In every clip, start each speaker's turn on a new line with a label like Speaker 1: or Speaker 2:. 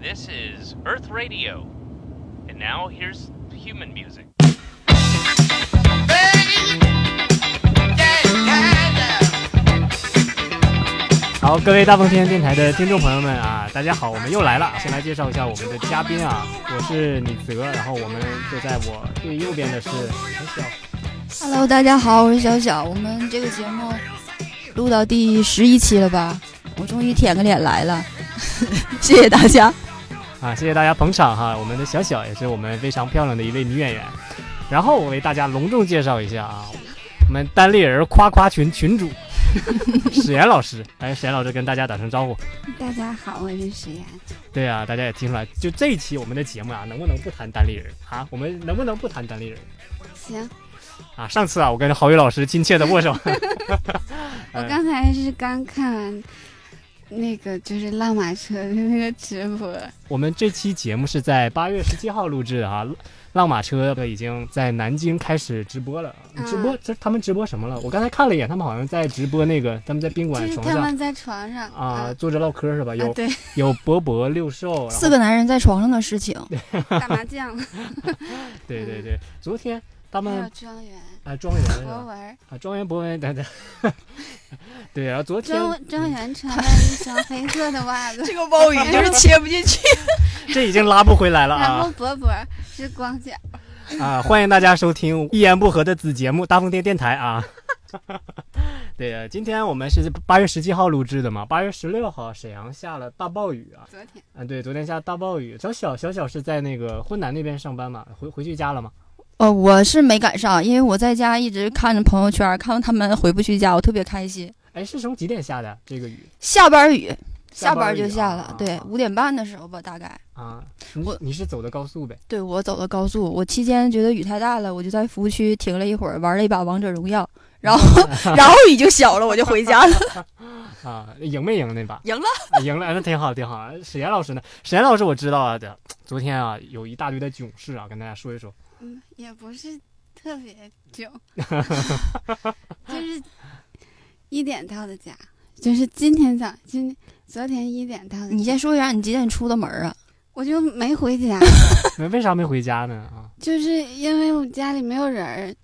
Speaker 1: This is Earth Radio. And now here's human music.
Speaker 2: Baby, yeah, yeah.
Speaker 3: 好，各位大风天电台的听众朋友们啊，大家好，我们又来了。先来介绍一下我们的嘉宾啊，我是李泽，然后我们就在我最右边的是陈晓。
Speaker 4: Hello，大家好，我是小小。我们这个节目录到第十一期了吧？我终于舔个脸来了， 谢谢大家。
Speaker 3: 啊，谢谢大家捧场哈！我们的小小也是我们非常漂亮的一位女演员。然后我为大家隆重介绍一下啊，我们单立人夸夸群群 主史岩老师，哎，史岩老师跟大家打声招呼。
Speaker 5: 大家好，我是石岩。
Speaker 3: 对啊，大家也听出来，就这一期我们的节目啊，能不能不谈单立人啊？我们能不能不谈单立人
Speaker 5: 行，
Speaker 3: 啊？上次啊，我跟郝宇老师亲切的握手。哎
Speaker 5: 我刚才是刚看完那个就是拉马车的那个直播，
Speaker 3: 我们这期节目是在八月十七号录制啊，浪马车的已经在南京开始直播了。
Speaker 5: 嗯
Speaker 3: 直播这他们直播什么了？我刚才看了一眼，他们好像在直播那个他们在宾
Speaker 5: 就
Speaker 3: 馆
Speaker 5: 是
Speaker 3: 床
Speaker 5: 他
Speaker 3: 上
Speaker 5: 们在床上
Speaker 3: 啊，坐着唠嗑是吧？
Speaker 5: 啊
Speaker 3: 有
Speaker 5: 对
Speaker 3: 有博博六兽，然
Speaker 4: 四
Speaker 3: 后
Speaker 4: 个男人在床上的事情，
Speaker 5: 打麻将，
Speaker 3: 对对对，昨天他
Speaker 5: 还有
Speaker 3: 们
Speaker 5: 庄园、
Speaker 3: 啊庄园是
Speaker 5: 博
Speaker 3: 吧？
Speaker 5: 文、
Speaker 3: 啊庄园博文等 等，对，然后昨天嗯
Speaker 5: 庄庄园穿了一双黑色的 袜子，
Speaker 4: 这个鲍鱼就是切不 进去。
Speaker 3: 嗯这已经拉不回来了
Speaker 5: 然后
Speaker 3: 啊
Speaker 5: 博博是光脚，
Speaker 3: 啊！欢迎大家收听一言不合的子节目《大风天电台》 啊。对啊，今天我们是八月十七号录制的嘛，八月十六号沈阳下了大暴雨啊，
Speaker 5: 昨天
Speaker 3: 啊对，昨天下大暴雨。小小小小是在那个浑南那边上班嘛，回回去家了嘛。
Speaker 4: 呃，我是没赶上，因为我在家一直看着朋友圈，看到他们回不去家，我特别开心。
Speaker 3: 哎，是从几点下的这个雨
Speaker 4: 下班雨，
Speaker 3: 下
Speaker 4: 下
Speaker 3: 班
Speaker 4: 班
Speaker 3: 雨
Speaker 4: 就下了，
Speaker 3: 啊
Speaker 4: 对，五点半的时候吧，大概。
Speaker 3: 啊？你
Speaker 4: 我
Speaker 3: 你是走的高速呗？
Speaker 4: 对我走了高速，我期间觉得雨太大了，我就在服务区停了一会儿，玩了一把王者荣耀，然后然后雨就小了，我就回家了，
Speaker 3: 啊，赢没赢那把？
Speaker 4: 赢了。
Speaker 3: 啊赢了，那挺好，挺好。史岩老师呢？史岩老师我知道啊，对，昨天啊有一大堆的囧事啊，跟大家说一说。
Speaker 5: 嗯也不是特别久， 就是一点到的家，就是今天早今昨天一点到的家，
Speaker 4: 你先说一下你几点出的门啊？
Speaker 5: 我就没回家。
Speaker 3: 那为啥没回家呢？啊，
Speaker 5: 就是因为我家里没有人儿，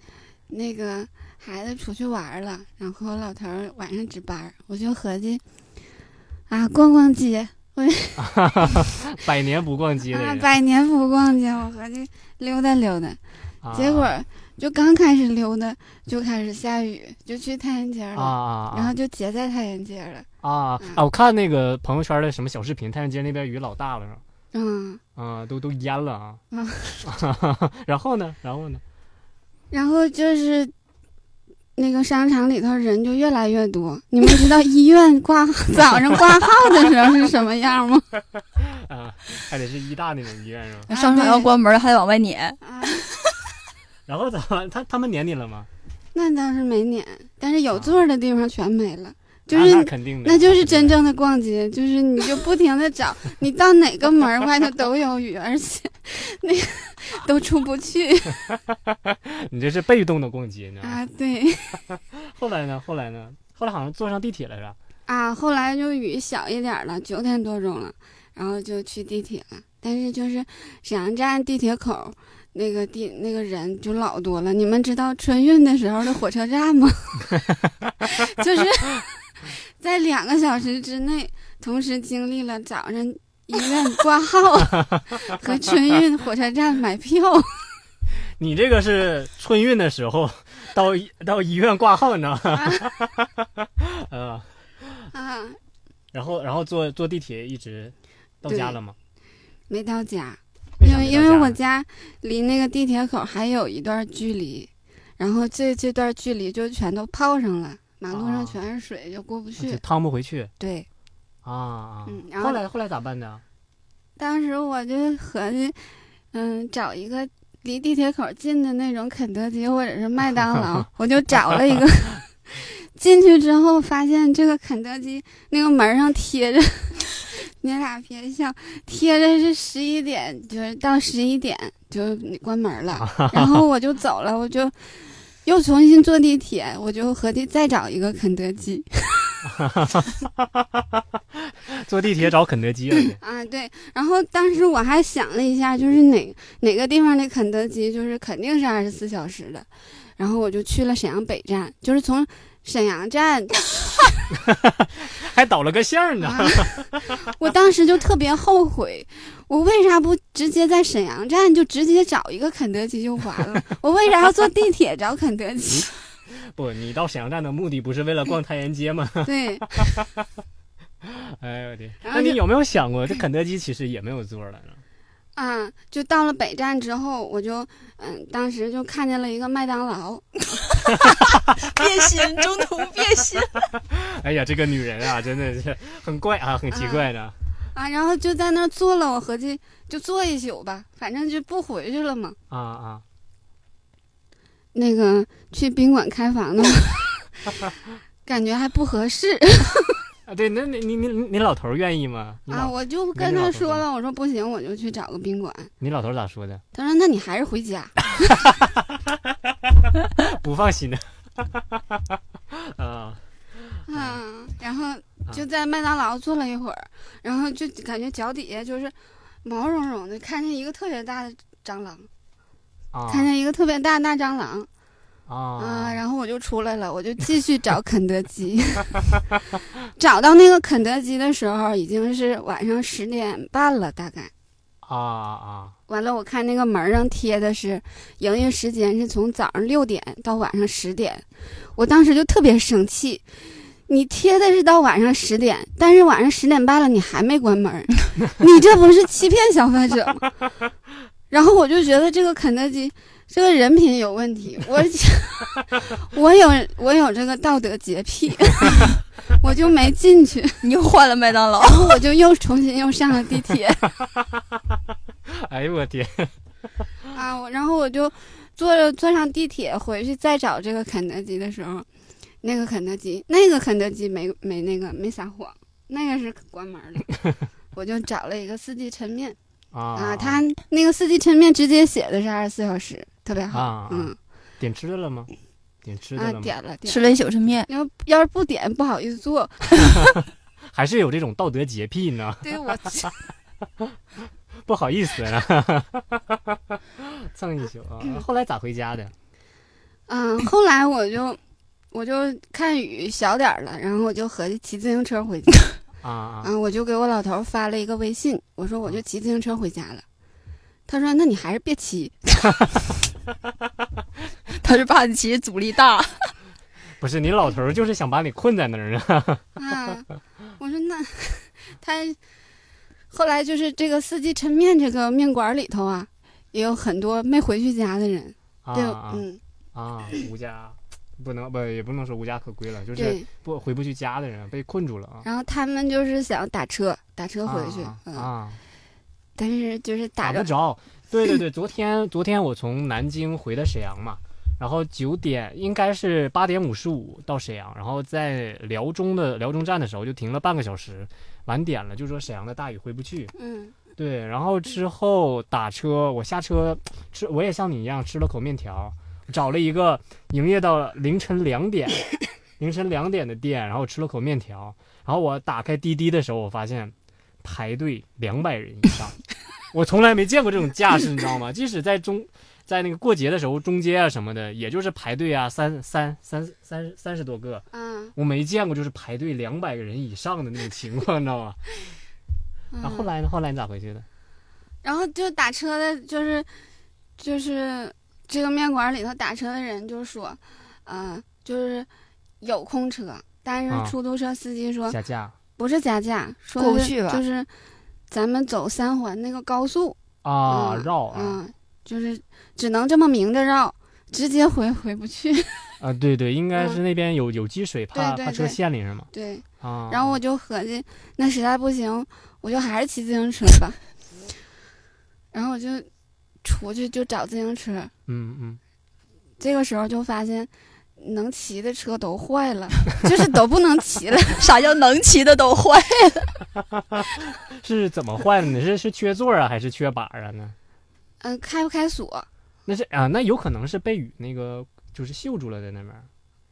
Speaker 5: 那个孩子出去玩儿了，然后我老头儿晚上值班儿，我就合计啊逛逛街
Speaker 3: 百年不逛街的
Speaker 5: 啊，
Speaker 3: 人。
Speaker 5: 百年不逛街，我合计溜达溜达，
Speaker 3: 啊
Speaker 5: 结果就刚开始溜达就开始下雨，就去太原街儿
Speaker 3: 啊
Speaker 5: 了，
Speaker 3: 啊
Speaker 5: 然后就结在太原街儿了，
Speaker 3: 啊啊
Speaker 5: 嗯
Speaker 3: 啊！我看那个朋友圈的什么小视频，太原街那边雨老大了是吧？
Speaker 5: 嗯，
Speaker 3: 啊，都都淹了啊
Speaker 5: 嗯！
Speaker 3: 然后呢？然后呢？
Speaker 5: 然后就是。那个商场里头人就越来越多，你们知道医院挂 早上挂号的时候是什么样吗？
Speaker 3: 啊，还得是医大那种医院是吧？
Speaker 5: 啊
Speaker 4: 商场要关门了，还得往外撵。
Speaker 5: 啊，
Speaker 3: 然后怎么他他们撵你了吗？
Speaker 5: 那倒是没撵，但是有座儿的地方全没了，就
Speaker 3: 啊
Speaker 5: 是、
Speaker 3: 那肯定的，
Speaker 5: 那就是真
Speaker 3: 正
Speaker 5: 正的逛街，就是你就不停的找， 你到哪个门儿外头都有雨，而且那个都出不去
Speaker 3: 你这是被动的逛街呢。
Speaker 5: 啊。对
Speaker 3: 后来呢？后来呢？后来好像坐上地铁了是吧？
Speaker 5: 啊，后来就雨小一点儿了，九点多钟了，然后就去地铁了。但是就是沈阳站地铁口儿那个地那个人就老多了。你们知道春运的时候的火车站吗？ 就是在两个小时之内，同时经历了早上医院挂号 和春运火车站买票。
Speaker 3: 你这个是春运的时候到医到医院挂号，你知道吗？啊，
Speaker 5: 啊，
Speaker 3: 然后然后坐坐地铁一直到家了吗？
Speaker 5: 没到家，
Speaker 3: 为
Speaker 5: 因
Speaker 3: 啥
Speaker 5: 为
Speaker 3: 没到
Speaker 5: 因为
Speaker 3: 家
Speaker 5: 我
Speaker 3: 呢
Speaker 5: 家离那个地铁口还有一段距离，然后这这段距离就全都泡上了，马路
Speaker 3: 啊
Speaker 5: 上全是水，就过不
Speaker 3: 就
Speaker 5: 去。
Speaker 3: 趟不回去
Speaker 5: 对，
Speaker 3: 啊啊。
Speaker 5: 嗯，然
Speaker 3: 后
Speaker 5: 后
Speaker 3: 来后来咋办 的？
Speaker 5: 当时我就合计，嗯，找一个离地铁口近的那种肯德基或者是麦当劳，我就找了一个。进去之后，发现这个肯德基那个门儿上贴着，你俩别笑，贴着是十一点，就是到十一点就关门了。然后我就走了，我就又重新坐地铁，我就合计再找一个肯德基。
Speaker 3: 坐地铁找肯德 基了去。
Speaker 5: 啊，对。然后当时我还想了一下，就是哪哪个地方的肯德基，就是肯定是二十四小时的。然后我就去了沈阳北站，就是从沈阳站，
Speaker 3: 还导了个线 呢。
Speaker 5: 啊我当时就特别后悔，我为啥不直接在沈阳站就直接找一个肯德基就完了？我为啥要坐地铁找肯德基？
Speaker 3: 不，你到沈阳站的目的不是为了逛太原街 吗？
Speaker 5: 对，
Speaker 3: 哎呦我天！那
Speaker 5: 然后就
Speaker 3: 你有没有想过，这肯德基其实也没有座儿 了呢？
Speaker 5: 啊，就到了北站之后，我就嗯，当时就看见了一个麦当劳，
Speaker 4: 变心，中途变心。
Speaker 3: 哎呀，这个女人啊，真的是很怪啊，很奇怪的。
Speaker 5: 啊，然后就在那儿坐了，我合计就坐一宿吧，反正就不回去了嘛。
Speaker 3: 啊啊！
Speaker 5: 那个去宾馆开 房的嘛，感觉还不合适
Speaker 3: 啊，对，那那你你你你老头儿愿意吗？你
Speaker 5: 啊，
Speaker 3: 老
Speaker 5: 我就
Speaker 3: 没
Speaker 5: 跟
Speaker 3: 那
Speaker 5: 他
Speaker 3: 老头
Speaker 5: 说
Speaker 3: 子
Speaker 5: 了，我说不行，我就去找个宾馆。
Speaker 3: 你老头儿咋说的？
Speaker 5: 他说那你还是回 家。
Speaker 3: 不放心 的。啊，
Speaker 5: 嗯，然后就在麦当劳坐了一会儿，然后就感觉脚底下就是毛茸茸的，看见一个特别大的蟑螂，
Speaker 3: 啊
Speaker 5: 看见一个特别大的大蟑螂啊，
Speaker 3: 啊！
Speaker 5: 然后我就出来了，我就继续找肯德基。找到那个肯德基的时候，已经是晚上十点半了，大概。
Speaker 3: 啊啊！
Speaker 5: 完了，我看那个门儿上贴的是营业时间是从早上六点到晚上十点，我当时就特别生气。你贴的是到晚上十点，但是晚上十点半了，你还没关门儿，你这不是欺骗消费者吗？然后我就觉得这个肯德基这个人品有问题，我我有我有这个道德洁癖， 我就没进去，
Speaker 4: 你又换了麦当劳，
Speaker 5: 然后我就又重新又上了地铁，
Speaker 3: 哎呦我天！嗯
Speaker 5: 啊，我然后我就坐着坐上地铁回去，再找这个肯德基的时候，那个肯德基，那个肯德基没没那个没撒谎，那个是关门儿的。 我就找了一个四季抻面
Speaker 3: 啊
Speaker 5: 啊，他那个四季抻面直接写的是二十四小时，特别好。
Speaker 3: 啊，
Speaker 5: 嗯
Speaker 3: 点吃的了吗？点吃的
Speaker 5: 啊
Speaker 3: 了，吗？
Speaker 5: 点了点
Speaker 4: 吃了一宿抻面，
Speaker 5: 要要是不点不好意 思做，
Speaker 3: 还是有这种道德洁癖呢？
Speaker 5: 对我
Speaker 3: 不好意思了， 蹭一宿啊。后来咋回家的？
Speaker 5: 嗯，后来我就我就看雨小点儿了，然后我就合计骑自行车回家。
Speaker 3: 啊啊
Speaker 5: 嗯，我就给我老头儿发了一个微信，我说我就骑自行车回家了。他说：“那你还是别骑。
Speaker 4: 他是怕你其实阻力大，
Speaker 3: 不是你老头儿就是想把你困在那儿啊。”
Speaker 5: 啊，我说那他后来就是这个四季抻面这个面馆儿里头啊，也有很多没回去家的人，
Speaker 3: 啊
Speaker 5: 对，
Speaker 3: 啊
Speaker 5: 嗯，
Speaker 3: 啊，无家不能不也不能说无家可归了，就是
Speaker 5: 对。
Speaker 3: 不回不去家的人被困住了啊。
Speaker 5: 然后他们就是想打车，打车回去，
Speaker 3: 啊
Speaker 5: 嗯，
Speaker 3: 啊，
Speaker 5: 但是就是打
Speaker 3: 打
Speaker 5: 着
Speaker 3: 不着。对对对，昨天昨天我从南京回的沈阳嘛，然后九点应该是八点五十五到沈阳，然后在辽中的辽中站的时候就停了半个小时，晚点了，就说沈阳的大雨回不去。
Speaker 5: 嗯
Speaker 3: 对，然后之后打车，我下车吃，我也像你一样吃了口面条，找了一个营业到凌晨两点，凌晨两点的店，然后吃了口面条。然后我打开滴滴的时候，我发现排队两百人以上，我从来没见过这种架势，你知道吗？即使在中，在那个过节的时候，中街啊什么的，也就是排队啊三三三三三十多个，
Speaker 5: 啊，
Speaker 3: 我没见过就是排队两百个人以上的那种情况，你知道吗？
Speaker 5: 嗯
Speaker 3: 然后后来呢？后来你咋回去的？
Speaker 5: 然后就打车的，就是就是这个面馆里头打车的人就说，呃，就是有空车，但
Speaker 3: 啊
Speaker 5: 是出租车司机说、
Speaker 3: 下架。
Speaker 5: 不是加价，说
Speaker 4: 过不
Speaker 5: 是
Speaker 4: 去吧
Speaker 5: 就是咱们走三环那个高速
Speaker 3: 啊，
Speaker 5: 嗯
Speaker 3: 绕啊，
Speaker 5: 嗯，就是只能这么明着绕，直接回回不去。
Speaker 3: 啊，对对，应该是那边有有积水，怕
Speaker 5: 嗯对
Speaker 3: 怕车
Speaker 5: 对
Speaker 3: 陷里是吗？
Speaker 5: 对，
Speaker 3: 啊，
Speaker 5: 然后我就合计，那实在不行，我就还是骑自行车吧。 然后我就出去就找自行车，
Speaker 3: 嗯嗯，
Speaker 5: 这个时候就发现能骑的车都坏了， 就是都不能骑了。
Speaker 4: 啥叫能骑的都坏？
Speaker 3: 是怎么坏的呢？是是缺座啊，还是缺把儿啊呢？
Speaker 5: 嗯、开不开锁？
Speaker 3: 那是啊，那有可能是被雨那个就是锈住了在那边儿，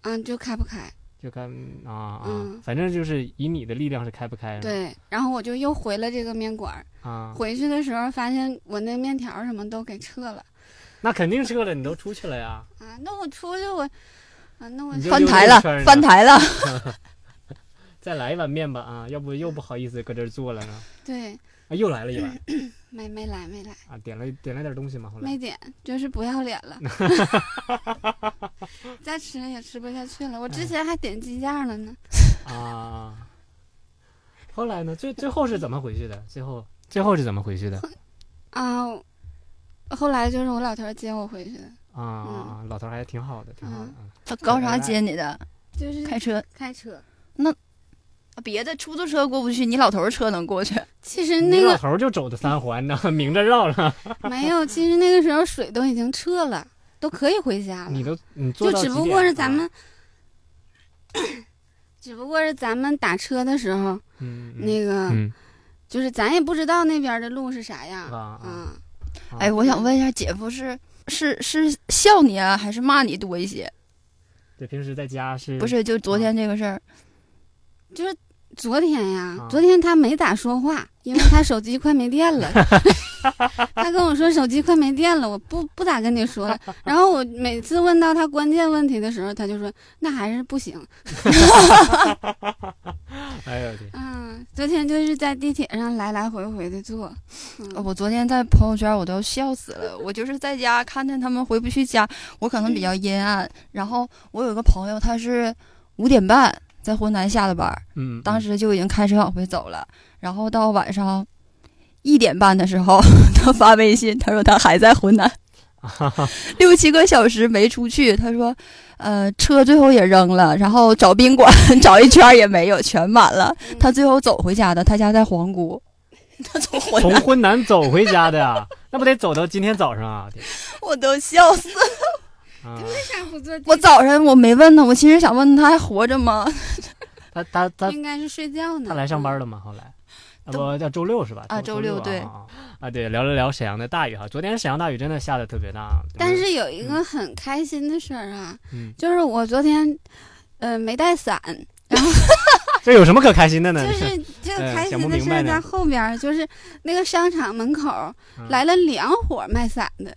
Speaker 5: 嗯、就开不开。
Speaker 3: 就就看啊啊，
Speaker 5: 嗯
Speaker 3: 反正就是以你的力量是开不开的。
Speaker 5: 对，然后我就又回了这个面馆儿。
Speaker 3: 啊，
Speaker 5: 回去的时候发现我那面条儿什么都给撤了
Speaker 3: 那肯定撤了，你都出去了呀。
Speaker 5: 啊。那我出去我啊，那我
Speaker 3: 你就
Speaker 4: 翻台
Speaker 3: 溜
Speaker 4: 了
Speaker 3: 达一圈儿，呢
Speaker 4: 翻台了。
Speaker 3: 再来一碗面吧啊，要不又不好意思搁这儿坐了呢。
Speaker 5: 对
Speaker 3: 啊，又来了一碗
Speaker 5: 没没来没来
Speaker 3: 啊，点了点了点东西嘛，后来
Speaker 5: 没点，就是不要脸 了。再吃也吃不下去了，我
Speaker 3: 嗯
Speaker 5: 之前还点鸡架了呢。
Speaker 3: 啊。后来呢？最最后是怎么回去的？最后最后是怎么回 去的？
Speaker 5: 啊，后来就是我老头儿接我回去的，
Speaker 3: 啊啊，啊老头儿还挺好的，挺好
Speaker 5: 嗯
Speaker 3: 的。啊
Speaker 4: 他搞啥接你的？
Speaker 5: 就是
Speaker 4: 开车，
Speaker 5: 开车。
Speaker 4: 别的出租车过不去，你老头儿车能过去。
Speaker 3: 啊
Speaker 5: 其实
Speaker 3: 你
Speaker 5: 那
Speaker 3: 老
Speaker 5: 个啊
Speaker 3: 头儿就走的三环呢， 明着绕了。
Speaker 5: 没有，其实那个时候水都已经撤了，都可以回家
Speaker 3: 你
Speaker 5: 了，
Speaker 3: 都你坐
Speaker 5: 就
Speaker 3: 到
Speaker 5: 只
Speaker 3: 几
Speaker 5: 不
Speaker 3: 点
Speaker 5: 过是
Speaker 3: 啊
Speaker 5: 咱们， 只不过是咱们打车的时候，
Speaker 3: 嗯嗯
Speaker 5: 那个、
Speaker 3: 嗯
Speaker 5: 就是咱也不知道那边的路是啥样
Speaker 3: 啊啊
Speaker 5: 嗯
Speaker 3: 啊
Speaker 4: 哎，我想问一下，姐夫是是是笑你啊，还是骂你多一
Speaker 3: 嗯
Speaker 4: 些？
Speaker 3: 对，平时在家是
Speaker 4: 不是，就昨
Speaker 3: 啊
Speaker 4: 天这个事儿，
Speaker 5: 就是昨天呀，
Speaker 3: 啊
Speaker 5: 昨天他没咋说话，因为他手机快没电 了。他跟我说手机快没电了，我不不咋跟你说了。然后我每次问到他关键问题的时候，他就说那还是不行。
Speaker 3: 哎呦我天，
Speaker 5: 嗯，昨天就是在地铁上来来回回的坐。
Speaker 4: 呃
Speaker 5: 嗯，
Speaker 4: 我昨天在朋友圈我都要笑死了。我就是在家看见他们回不去家，我可能比较阴暗。然后我有一个朋友，他是五点半在湖南下的班儿，
Speaker 3: 嗯，
Speaker 4: 当时就已经开车往回走了。然后到晚上一点半的时候， 他发微信，他说他还在湖 南，六七个小时没出去。他说，呃，车最后也扔了，然后找宾馆 找一圈儿也没有，全满了。他最后走回家的，他家在皇姑。嗯 他从湖
Speaker 3: 从
Speaker 4: 南，
Speaker 3: 湖南走回家的呀， 那不得走到今天早上啊？天
Speaker 4: 我都笑死。
Speaker 3: 啊，
Speaker 5: 为啥不坐地铁？
Speaker 4: 我早上我没问他，我其实想问他还活着 吗？
Speaker 3: 他他他
Speaker 5: 应该是睡觉呢。
Speaker 3: 他来上班了吗？后来，啊
Speaker 4: 都
Speaker 3: 不叫周六是吧？
Speaker 4: 啊周六
Speaker 3: 啊
Speaker 4: 对
Speaker 3: 啊啊啊对，聊了聊沈阳的大雨哈，昨天沈阳大雨真的下的特别大，
Speaker 5: 但是有一个很开心的事儿啊，
Speaker 3: 嗯，
Speaker 5: 就是我昨天，呃，没带伞，
Speaker 3: 这有什么可开心的呢？
Speaker 5: 就是这个
Speaker 3: 哎
Speaker 5: 开
Speaker 3: 想
Speaker 5: 心
Speaker 3: 不
Speaker 5: 的
Speaker 3: 明
Speaker 5: 事
Speaker 3: 白
Speaker 5: 儿
Speaker 3: 呢嗯
Speaker 5: 在后边儿，就是那个商场门口儿来了两伙儿卖伞 的，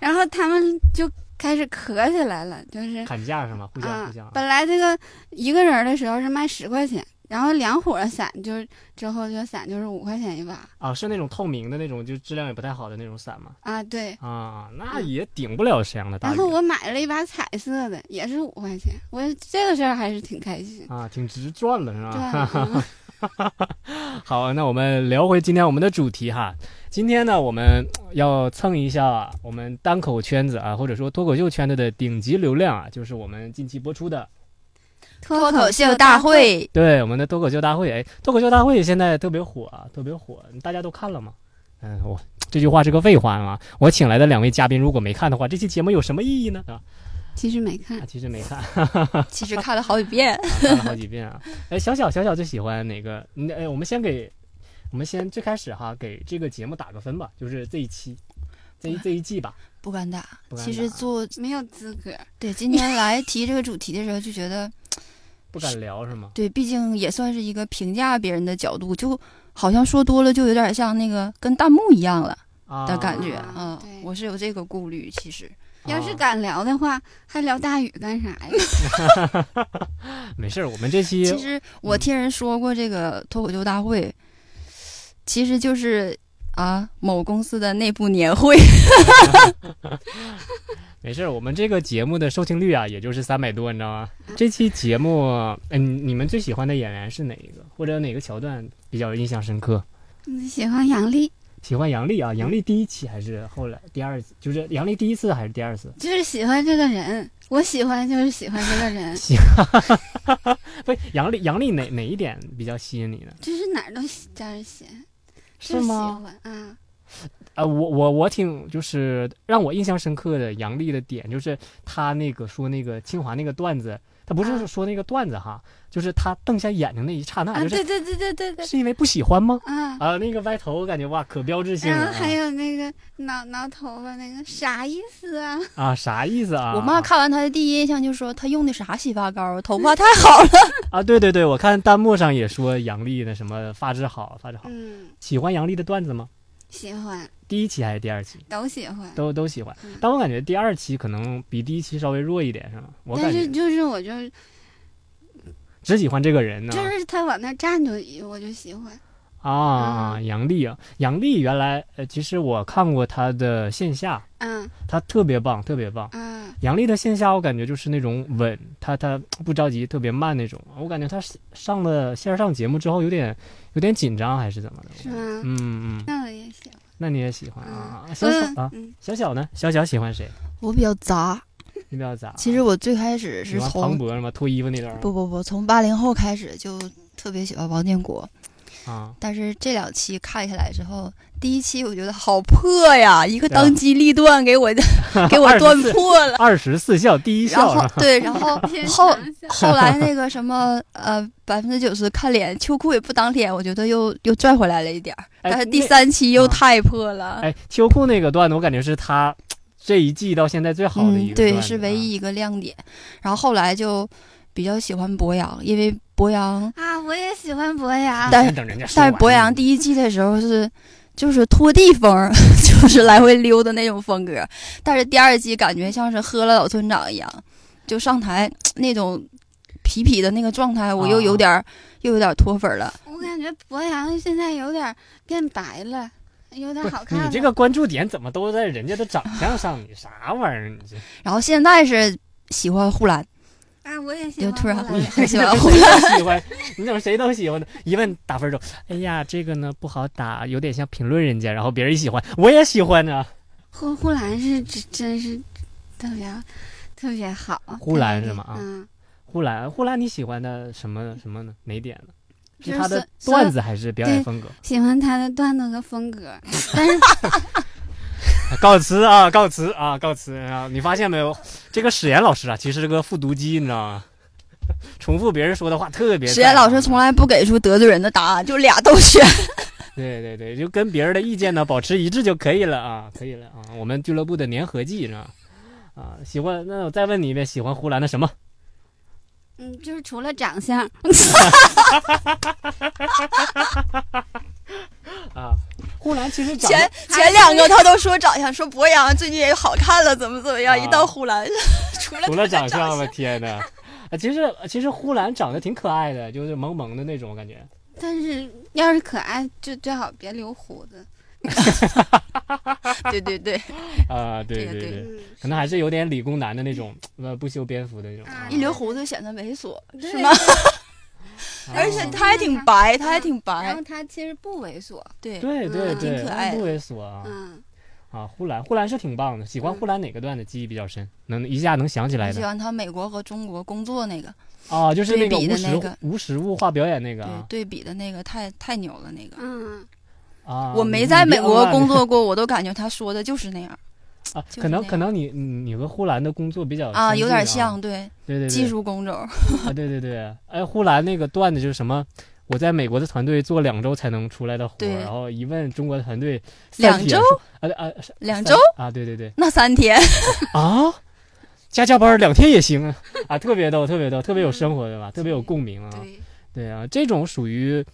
Speaker 5: 然后他们就开始咳起来了，就是
Speaker 3: 砍价是吗？互相
Speaker 5: 啊
Speaker 3: 互相，，
Speaker 5: 本来这个一个人儿的时候是卖十块钱，然后两伙儿伞就是之后就伞就是五块钱一把
Speaker 3: 啊，是那种透明的那种，就质量也不太好的那种伞嘛。
Speaker 5: 啊，对。
Speaker 3: 啊，那也顶不了沈阳的大
Speaker 5: 然
Speaker 3: 雨
Speaker 5: 后我买了一把彩色的，也是五块钱，我这个事儿还是挺开心。
Speaker 3: 啊，挺直赚了是吧？
Speaker 5: 对，嗯
Speaker 3: 好，那我们聊回今天我们的主题哈。今天呢，我们呃要蹭一下我们单口圈子啊，或者说脱口秀圈子的顶级流量啊，就是我们近期播出的
Speaker 5: 脱
Speaker 4: 大，会，
Speaker 3: 对我们的脱口秀大会。哎，脱口秀大会现在特别火啊，特别火，大家都看了吗？嗯，我这句话是个废话啊。我请来的两位嘉宾，如果没看的话，这期节目有什么意义呢？啊，
Speaker 5: 其实没看
Speaker 3: 啊，其实没看，啊、
Speaker 4: 其实看了好几遍。
Speaker 3: 看了好几遍啊。哎，小小小小最喜欢哪个？嗯哎，我们先给，我们先最开始哈，给这个节目打个分吧，就是这一期，这一这一季吧。
Speaker 4: 不敢打，
Speaker 3: 不敢
Speaker 4: 其实
Speaker 3: 打
Speaker 4: 做
Speaker 5: 没有资格。
Speaker 3: 啊
Speaker 4: 对今天来提这个主题的时候，就觉得
Speaker 3: 不敢聊是吗？
Speaker 4: 对，毕竟也算是一个评价别人的角度，就好像说多了就有点像那个跟弹幕一样了
Speaker 3: 啊
Speaker 4: 的感觉。
Speaker 5: 啊对
Speaker 4: 嗯，我是有这个顾虑，其实
Speaker 5: 要
Speaker 3: 啊
Speaker 5: 是敢聊的话，还聊大雨干啥呀？
Speaker 3: 没事儿，我们这期
Speaker 4: 其实我听人说过这个脱口秀大会，其实就是啊某公司的内部年会。
Speaker 3: 没事儿，我们这个节目的收听率啊，也就是三百多，你知道吗？这期节目，嗯，你们最喜欢的演员是哪一个，或者哪个桥段比较印象深刻？
Speaker 5: 你喜欢杨笠，
Speaker 3: 喜欢杨笠啊，杨笠第一期还是后来第二次，就是杨笠第一次还是第二次？，
Speaker 5: 就是喜欢这个人。我喜欢就是喜欢这个人
Speaker 3: 不是，杨笠杨笠哪哪一点比较吸引你呢？
Speaker 5: 就是哪儿都喜招人嫌，就是喜
Speaker 3: 吗？
Speaker 5: 欢啊。
Speaker 3: 啊，我我我挺就是让我印象深刻的杨笠的点，就是他那个说那个清华那个段子，他不是说那个段子哈，就是他瞪下眼睛那一刹那，
Speaker 5: 啊，
Speaker 3: 就是、
Speaker 5: 对对对对对对，
Speaker 3: 是因为不喜欢吗？
Speaker 5: 啊。
Speaker 3: 啊，那个歪头，我感觉哇，可标志性
Speaker 5: 然
Speaker 3: 了啊
Speaker 5: 后嗯还有那个挠挠头发那个啥意思啊？
Speaker 3: 啊啊，啥意思啊？
Speaker 4: 我妈看完他的第一印象就说他用的啥洗发膏啊，头发太 好了。
Speaker 3: 啊，对对对，我看弹幕上也说杨笠那什么发质好，发质好，
Speaker 5: 嗯，
Speaker 3: 喜欢杨笠的段子吗？
Speaker 5: 喜欢，
Speaker 3: 第一期还是第二期？
Speaker 5: 都喜欢。
Speaker 3: 都都喜欢
Speaker 5: 嗯，
Speaker 3: 但我感觉第二期可能比第一期稍微弱一点，是吗？我
Speaker 5: 但
Speaker 3: 感
Speaker 5: 是
Speaker 3: 觉嗯
Speaker 5: 就是我就
Speaker 3: 只喜欢这个人呢。
Speaker 5: 就是他往那儿站着，我就喜欢。
Speaker 3: 啊，
Speaker 5: 嗯
Speaker 3: 杨笠啊，杨笠原来呃，其实我看过他的线下，
Speaker 5: 嗯
Speaker 3: 他特别棒，特别棒。
Speaker 5: 嗯
Speaker 3: 杨笠的线下我感觉就是那种稳，他他不着急，特别慢那种。我感觉他是上了线上节目之后有点有点紧张还是怎么的？
Speaker 5: 是吗
Speaker 3: 嗯嗯，
Speaker 5: 那我也喜欢。
Speaker 3: 那你也喜欢啊？小小
Speaker 5: 嗯
Speaker 3: 啊，
Speaker 5: 嗯
Speaker 3: 小小呢？小小喜欢谁？
Speaker 4: 我比较杂，
Speaker 3: 你比较咋？
Speaker 4: 其实我最开始
Speaker 3: 喜
Speaker 4: 是
Speaker 3: 欢
Speaker 4: 从
Speaker 3: 庞博吗？脱衣服那段儿
Speaker 4: 不不不，从八零后开始就特别喜欢王建国，
Speaker 3: 啊，
Speaker 4: 但是这两期看下来之后，第一期我觉得好破
Speaker 3: 啊
Speaker 4: 呀，一个当机立断给我 给我断破了。
Speaker 3: 二十四孝第一
Speaker 4: 然
Speaker 3: 孝是
Speaker 4: 后
Speaker 3: 吧
Speaker 4: 对，然后
Speaker 5: 天
Speaker 4: 后
Speaker 5: 长下
Speaker 4: 后来那个什么呃，百分之九十看脸，秋裤也不当脸，我觉得又又拽回来了一点儿。
Speaker 3: 哎
Speaker 4: 但是第
Speaker 3: 那
Speaker 4: 三期又
Speaker 3: 啊
Speaker 4: 太破了，
Speaker 3: 哎，秋裤那个段子，我感觉是他这一季到现在最好的一
Speaker 4: 嗯，
Speaker 3: 个段子、啊
Speaker 4: 对，是唯。一一个亮点。然后后来就比较喜欢博洋，因为博洋，
Speaker 5: 啊，我也喜欢博洋。
Speaker 4: 但
Speaker 3: 啊先
Speaker 4: 是
Speaker 3: 等人家说
Speaker 4: 但
Speaker 3: 完
Speaker 4: 是博洋第一季的时候是就是拖地风儿， 就是来回溜的那种风格。但是第二季感觉像是喝了老村长一样，就上台那种痞痞的那个状态，我又
Speaker 3: 啊
Speaker 4: 有点儿、又有点儿脱粉儿了。
Speaker 5: 我感觉博洋现在有点变白了，有点
Speaker 3: 不是
Speaker 5: 好看了。
Speaker 3: 你这个关注点怎么都在人家的长相上？你啥玩意儿？你这
Speaker 4: 然后现在是喜欢呼兰，
Speaker 5: 啊，我也喜
Speaker 4: 就
Speaker 5: 欢。
Speaker 4: 突然
Speaker 5: 我
Speaker 4: 我也
Speaker 5: 也
Speaker 4: 很 喜 欢呼
Speaker 3: 谁
Speaker 4: 兰。
Speaker 3: 都喜欢，你怎么谁都喜欢呢？一问打分儿就，哎呀，这个呢不好打，有点像评论人家，然后别人一喜欢，我也喜欢呢。
Speaker 5: 呼呼兰是真真是特别特别好。
Speaker 3: 呼兰
Speaker 5: 特别
Speaker 3: 是吗啊
Speaker 5: 嗯，
Speaker 3: 呼兰，呼兰，你喜欢的什么什么呢？哪点呢？
Speaker 5: 就是
Speaker 3: 他的
Speaker 5: 所
Speaker 3: 段
Speaker 5: 所
Speaker 3: 子还是表演
Speaker 5: 对
Speaker 3: 风格？
Speaker 5: 有喜欢他的段子和风格，但是
Speaker 3: 告辞啊，告辞啊，告辞啊！你发现没有，这个史岩老师啊，其实是个复读机，你知道吗？ 重复别人说的话特别在行。
Speaker 4: 实验老师从来不给出得罪人的答案，就俩都选。
Speaker 3: 对对对，就跟别人的意见呢保持一致就可以了啊，可以了啊。我们俱乐部的粘合剂是吧？啊，喜欢那我再问你一遍，喜欢呼兰的什么？
Speaker 5: 嗯，就是除了长相，
Speaker 3: 啊，呼兰其实长得
Speaker 4: 前前两个他都说长相，说博洋最近也好看了，怎么怎么样，
Speaker 3: 啊
Speaker 4: 一到呼 兰，除了
Speaker 3: 除了长
Speaker 4: 相
Speaker 3: 相，我天哪！啊，其实其实呼兰长得挺可爱的，就是萌萌的那种感觉。
Speaker 5: 但是要是可爱，就最好别留胡子。
Speaker 4: 对对对，
Speaker 3: 啊，对
Speaker 4: 这个对
Speaker 3: 对，
Speaker 5: 嗯，
Speaker 3: 可能还是有点理工男的那种，呃，不修边幅的那种。
Speaker 5: 啊
Speaker 4: 一留胡子显得猥琐，
Speaker 5: 对
Speaker 4: 是吗？
Speaker 3: 啊
Speaker 4: 而且他还挺白，他还挺
Speaker 5: 然
Speaker 4: 白
Speaker 5: 后，他其实不猥琐。
Speaker 3: 啊
Speaker 4: 对，
Speaker 3: 对对
Speaker 5: 嗯
Speaker 3: 对，
Speaker 4: 挺可爱的
Speaker 3: 不猥琐啊
Speaker 5: 嗯，
Speaker 3: 啊！呼兰呼兰是挺棒的，喜欢
Speaker 5: 嗯
Speaker 3: 呼兰哪个段子记忆比较深？能一下能想起来
Speaker 4: 我喜
Speaker 3: 的
Speaker 4: 欢他美国和中国工作那个，
Speaker 3: 啊，就是那个
Speaker 4: 对比
Speaker 3: 无
Speaker 4: 的
Speaker 3: 实
Speaker 4: 那个
Speaker 3: 无实物化表演那个
Speaker 4: 对
Speaker 3: 啊
Speaker 4: 对比的那个太太牛了那个。
Speaker 5: 嗯，
Speaker 3: 啊！
Speaker 4: 我没在美国工
Speaker 3: 作
Speaker 4: 作过，我都感觉他说的就是那样
Speaker 3: 啊，
Speaker 4: 就是
Speaker 3: 可能
Speaker 4: 那
Speaker 3: 可能你你你和呼兰的工作比较
Speaker 4: 啊，
Speaker 3: 近
Speaker 4: 有点
Speaker 3: 啊
Speaker 4: 像，对，
Speaker 3: 对对对
Speaker 4: 技术工种，
Speaker 3: 啊，对对对，哎，呼兰那个段子就是什么？我在美国的团队做两周才能出来的活儿，
Speaker 4: 对
Speaker 3: 然后一问中国的团队
Speaker 4: 两周
Speaker 3: 啊啊是
Speaker 4: 两
Speaker 3: 三
Speaker 4: 周
Speaker 3: 啊，对对对，
Speaker 4: 那三天，
Speaker 3: 啊，加加班儿两天也行啊，啊，特别逗，特别逗，特别有生活，对吧？特别有共鸣啊，
Speaker 5: 对，
Speaker 3: 对啊，这种属于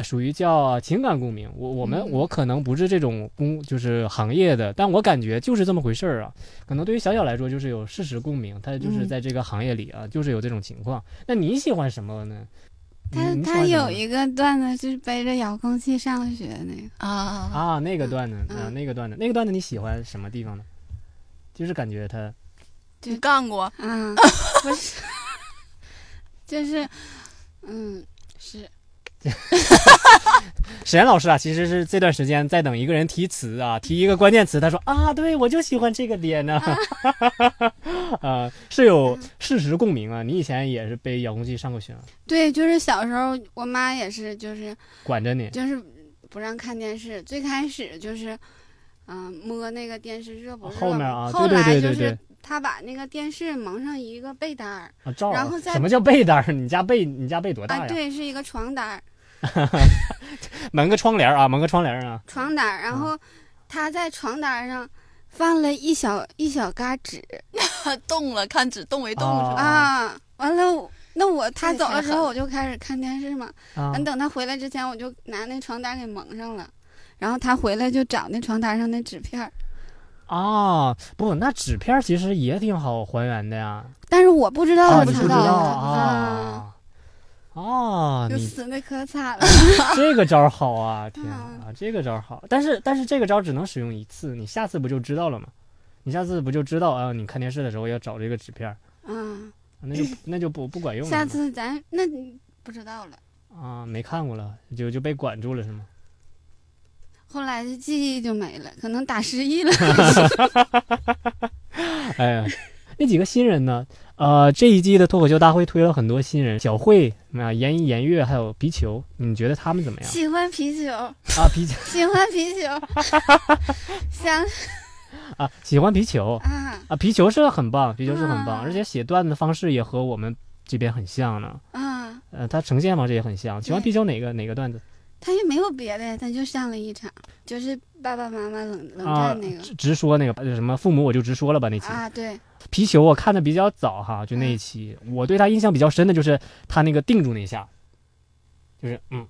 Speaker 3: 属于叫情感共鸣。我我们、
Speaker 4: 嗯
Speaker 3: 我可能不是这种工就是行业的，但我感觉就是这么回事儿啊。可能对于小小来说，就是有事实共鸣，他就是
Speaker 4: 嗯
Speaker 3: 在这个行业里啊，就是有这种情况。那你喜欢什么呢？
Speaker 5: 他
Speaker 3: 你你喜
Speaker 5: 他
Speaker 3: 欢什
Speaker 5: 有
Speaker 3: 么
Speaker 5: 一个段子就是背着遥控器上学那个，
Speaker 4: 啊啊啊，
Speaker 3: 啊，那个段子啊，
Speaker 5: 嗯
Speaker 3: 那个段子，那个段子你喜欢什么地方呢？就是感觉他
Speaker 4: 你干过？
Speaker 5: 啊，不是， 就是，嗯，是，
Speaker 3: 沈岩老师啊，其实是这段时间在等一个人提词啊，提一个关键词，他 说啊，对我就喜欢这个点呢、 啊，是有
Speaker 5: 嗯
Speaker 3: 事实共鸣啊。你以前也是被遥控器上过学啊，
Speaker 5: 对，就是小时候我妈也是，就是
Speaker 3: 管着你
Speaker 5: 就是不让看电视，最开始就是，嗯、摸那个电视热不热嘛，
Speaker 3: 后面啊，对
Speaker 5: 后
Speaker 3: 对
Speaker 5: 来
Speaker 3: 对
Speaker 5: 就
Speaker 3: 对
Speaker 5: 是
Speaker 3: 对，
Speaker 5: 他把那个电视蒙上一个被单儿，
Speaker 3: 啊，罩儿
Speaker 5: 然后再
Speaker 3: 什么叫被单儿？你 家被你家被多大
Speaker 5: 啊，
Speaker 3: 呀？
Speaker 5: 对，是一个床单儿，
Speaker 3: 蒙个窗帘儿啊，蒙个窗帘儿啊。
Speaker 5: 床单儿，然后他在床单上放了一小一小嘎纸
Speaker 4: 动了，看只动为动
Speaker 3: 哦
Speaker 4: 是吧？
Speaker 5: 啊，完了我。那我他
Speaker 4: 这
Speaker 5: 走
Speaker 4: 个
Speaker 5: 了
Speaker 4: 太
Speaker 5: 之
Speaker 4: 狠
Speaker 5: 后，我就开始看电视嘛。
Speaker 3: 啊
Speaker 5: 完，等他回来之前，我就拿那床单给蒙上了。然后他回来就找那床单上那纸片儿，
Speaker 3: 啊，不，那纸片儿其实也挺好还原的呀。
Speaker 5: 但是我不知道
Speaker 3: 啊，
Speaker 5: 哦我
Speaker 3: 你不
Speaker 5: 知
Speaker 3: 知
Speaker 5: 道
Speaker 3: 道
Speaker 5: 了
Speaker 3: 啊？啊，
Speaker 5: 就
Speaker 3: 你
Speaker 5: 死的可 惨了。
Speaker 3: 这个招儿好啊！天
Speaker 5: 嗯
Speaker 3: 啊，这个招儿好，但是但是这个招儿只能使用一次，你下次不就知道了吗？你下次不就知道啊？你看电视的时候要找这个纸片儿，
Speaker 5: 啊，
Speaker 3: 那 就那就不不管用了
Speaker 5: 下
Speaker 3: 嘛
Speaker 5: 次咱那你不知道了。
Speaker 3: 啊，没看过了，就就被管住了 是吗？
Speaker 5: 后来就记忆就没了，可能打 失忆了。
Speaker 3: 哎呀，那几个新人呢？呃，这一季的脱口秀大会推了很多新人，小慧啊、严一、严月还有皮球，你觉得他们怎 么样
Speaker 5: 喜欢啤酒，
Speaker 3: 啊？皮 球
Speaker 5: 喜欢啤 酒，想
Speaker 3: 啊，喜欢皮球
Speaker 5: 啊
Speaker 3: 啊，皮球是很棒，皮球是很棒，
Speaker 5: 啊
Speaker 3: 而且写段子方式也和我们这边很像呢。
Speaker 5: 啊，
Speaker 3: 呃，它呈现方式也很像。喜欢
Speaker 5: 对
Speaker 3: 皮球哪个哪个段子
Speaker 5: 他也没有别的，他就上了一场，就是爸爸妈妈冷冷
Speaker 3: 啊
Speaker 5: 战那个？
Speaker 3: 直直说那个呃什么父母我就直说了吧那期。
Speaker 5: 啊，对，
Speaker 3: 皮球我看的比较早哈，就
Speaker 5: 嗯
Speaker 3: 那一期，我对他印象比较深的就是他那个定住那一下，就是嗯，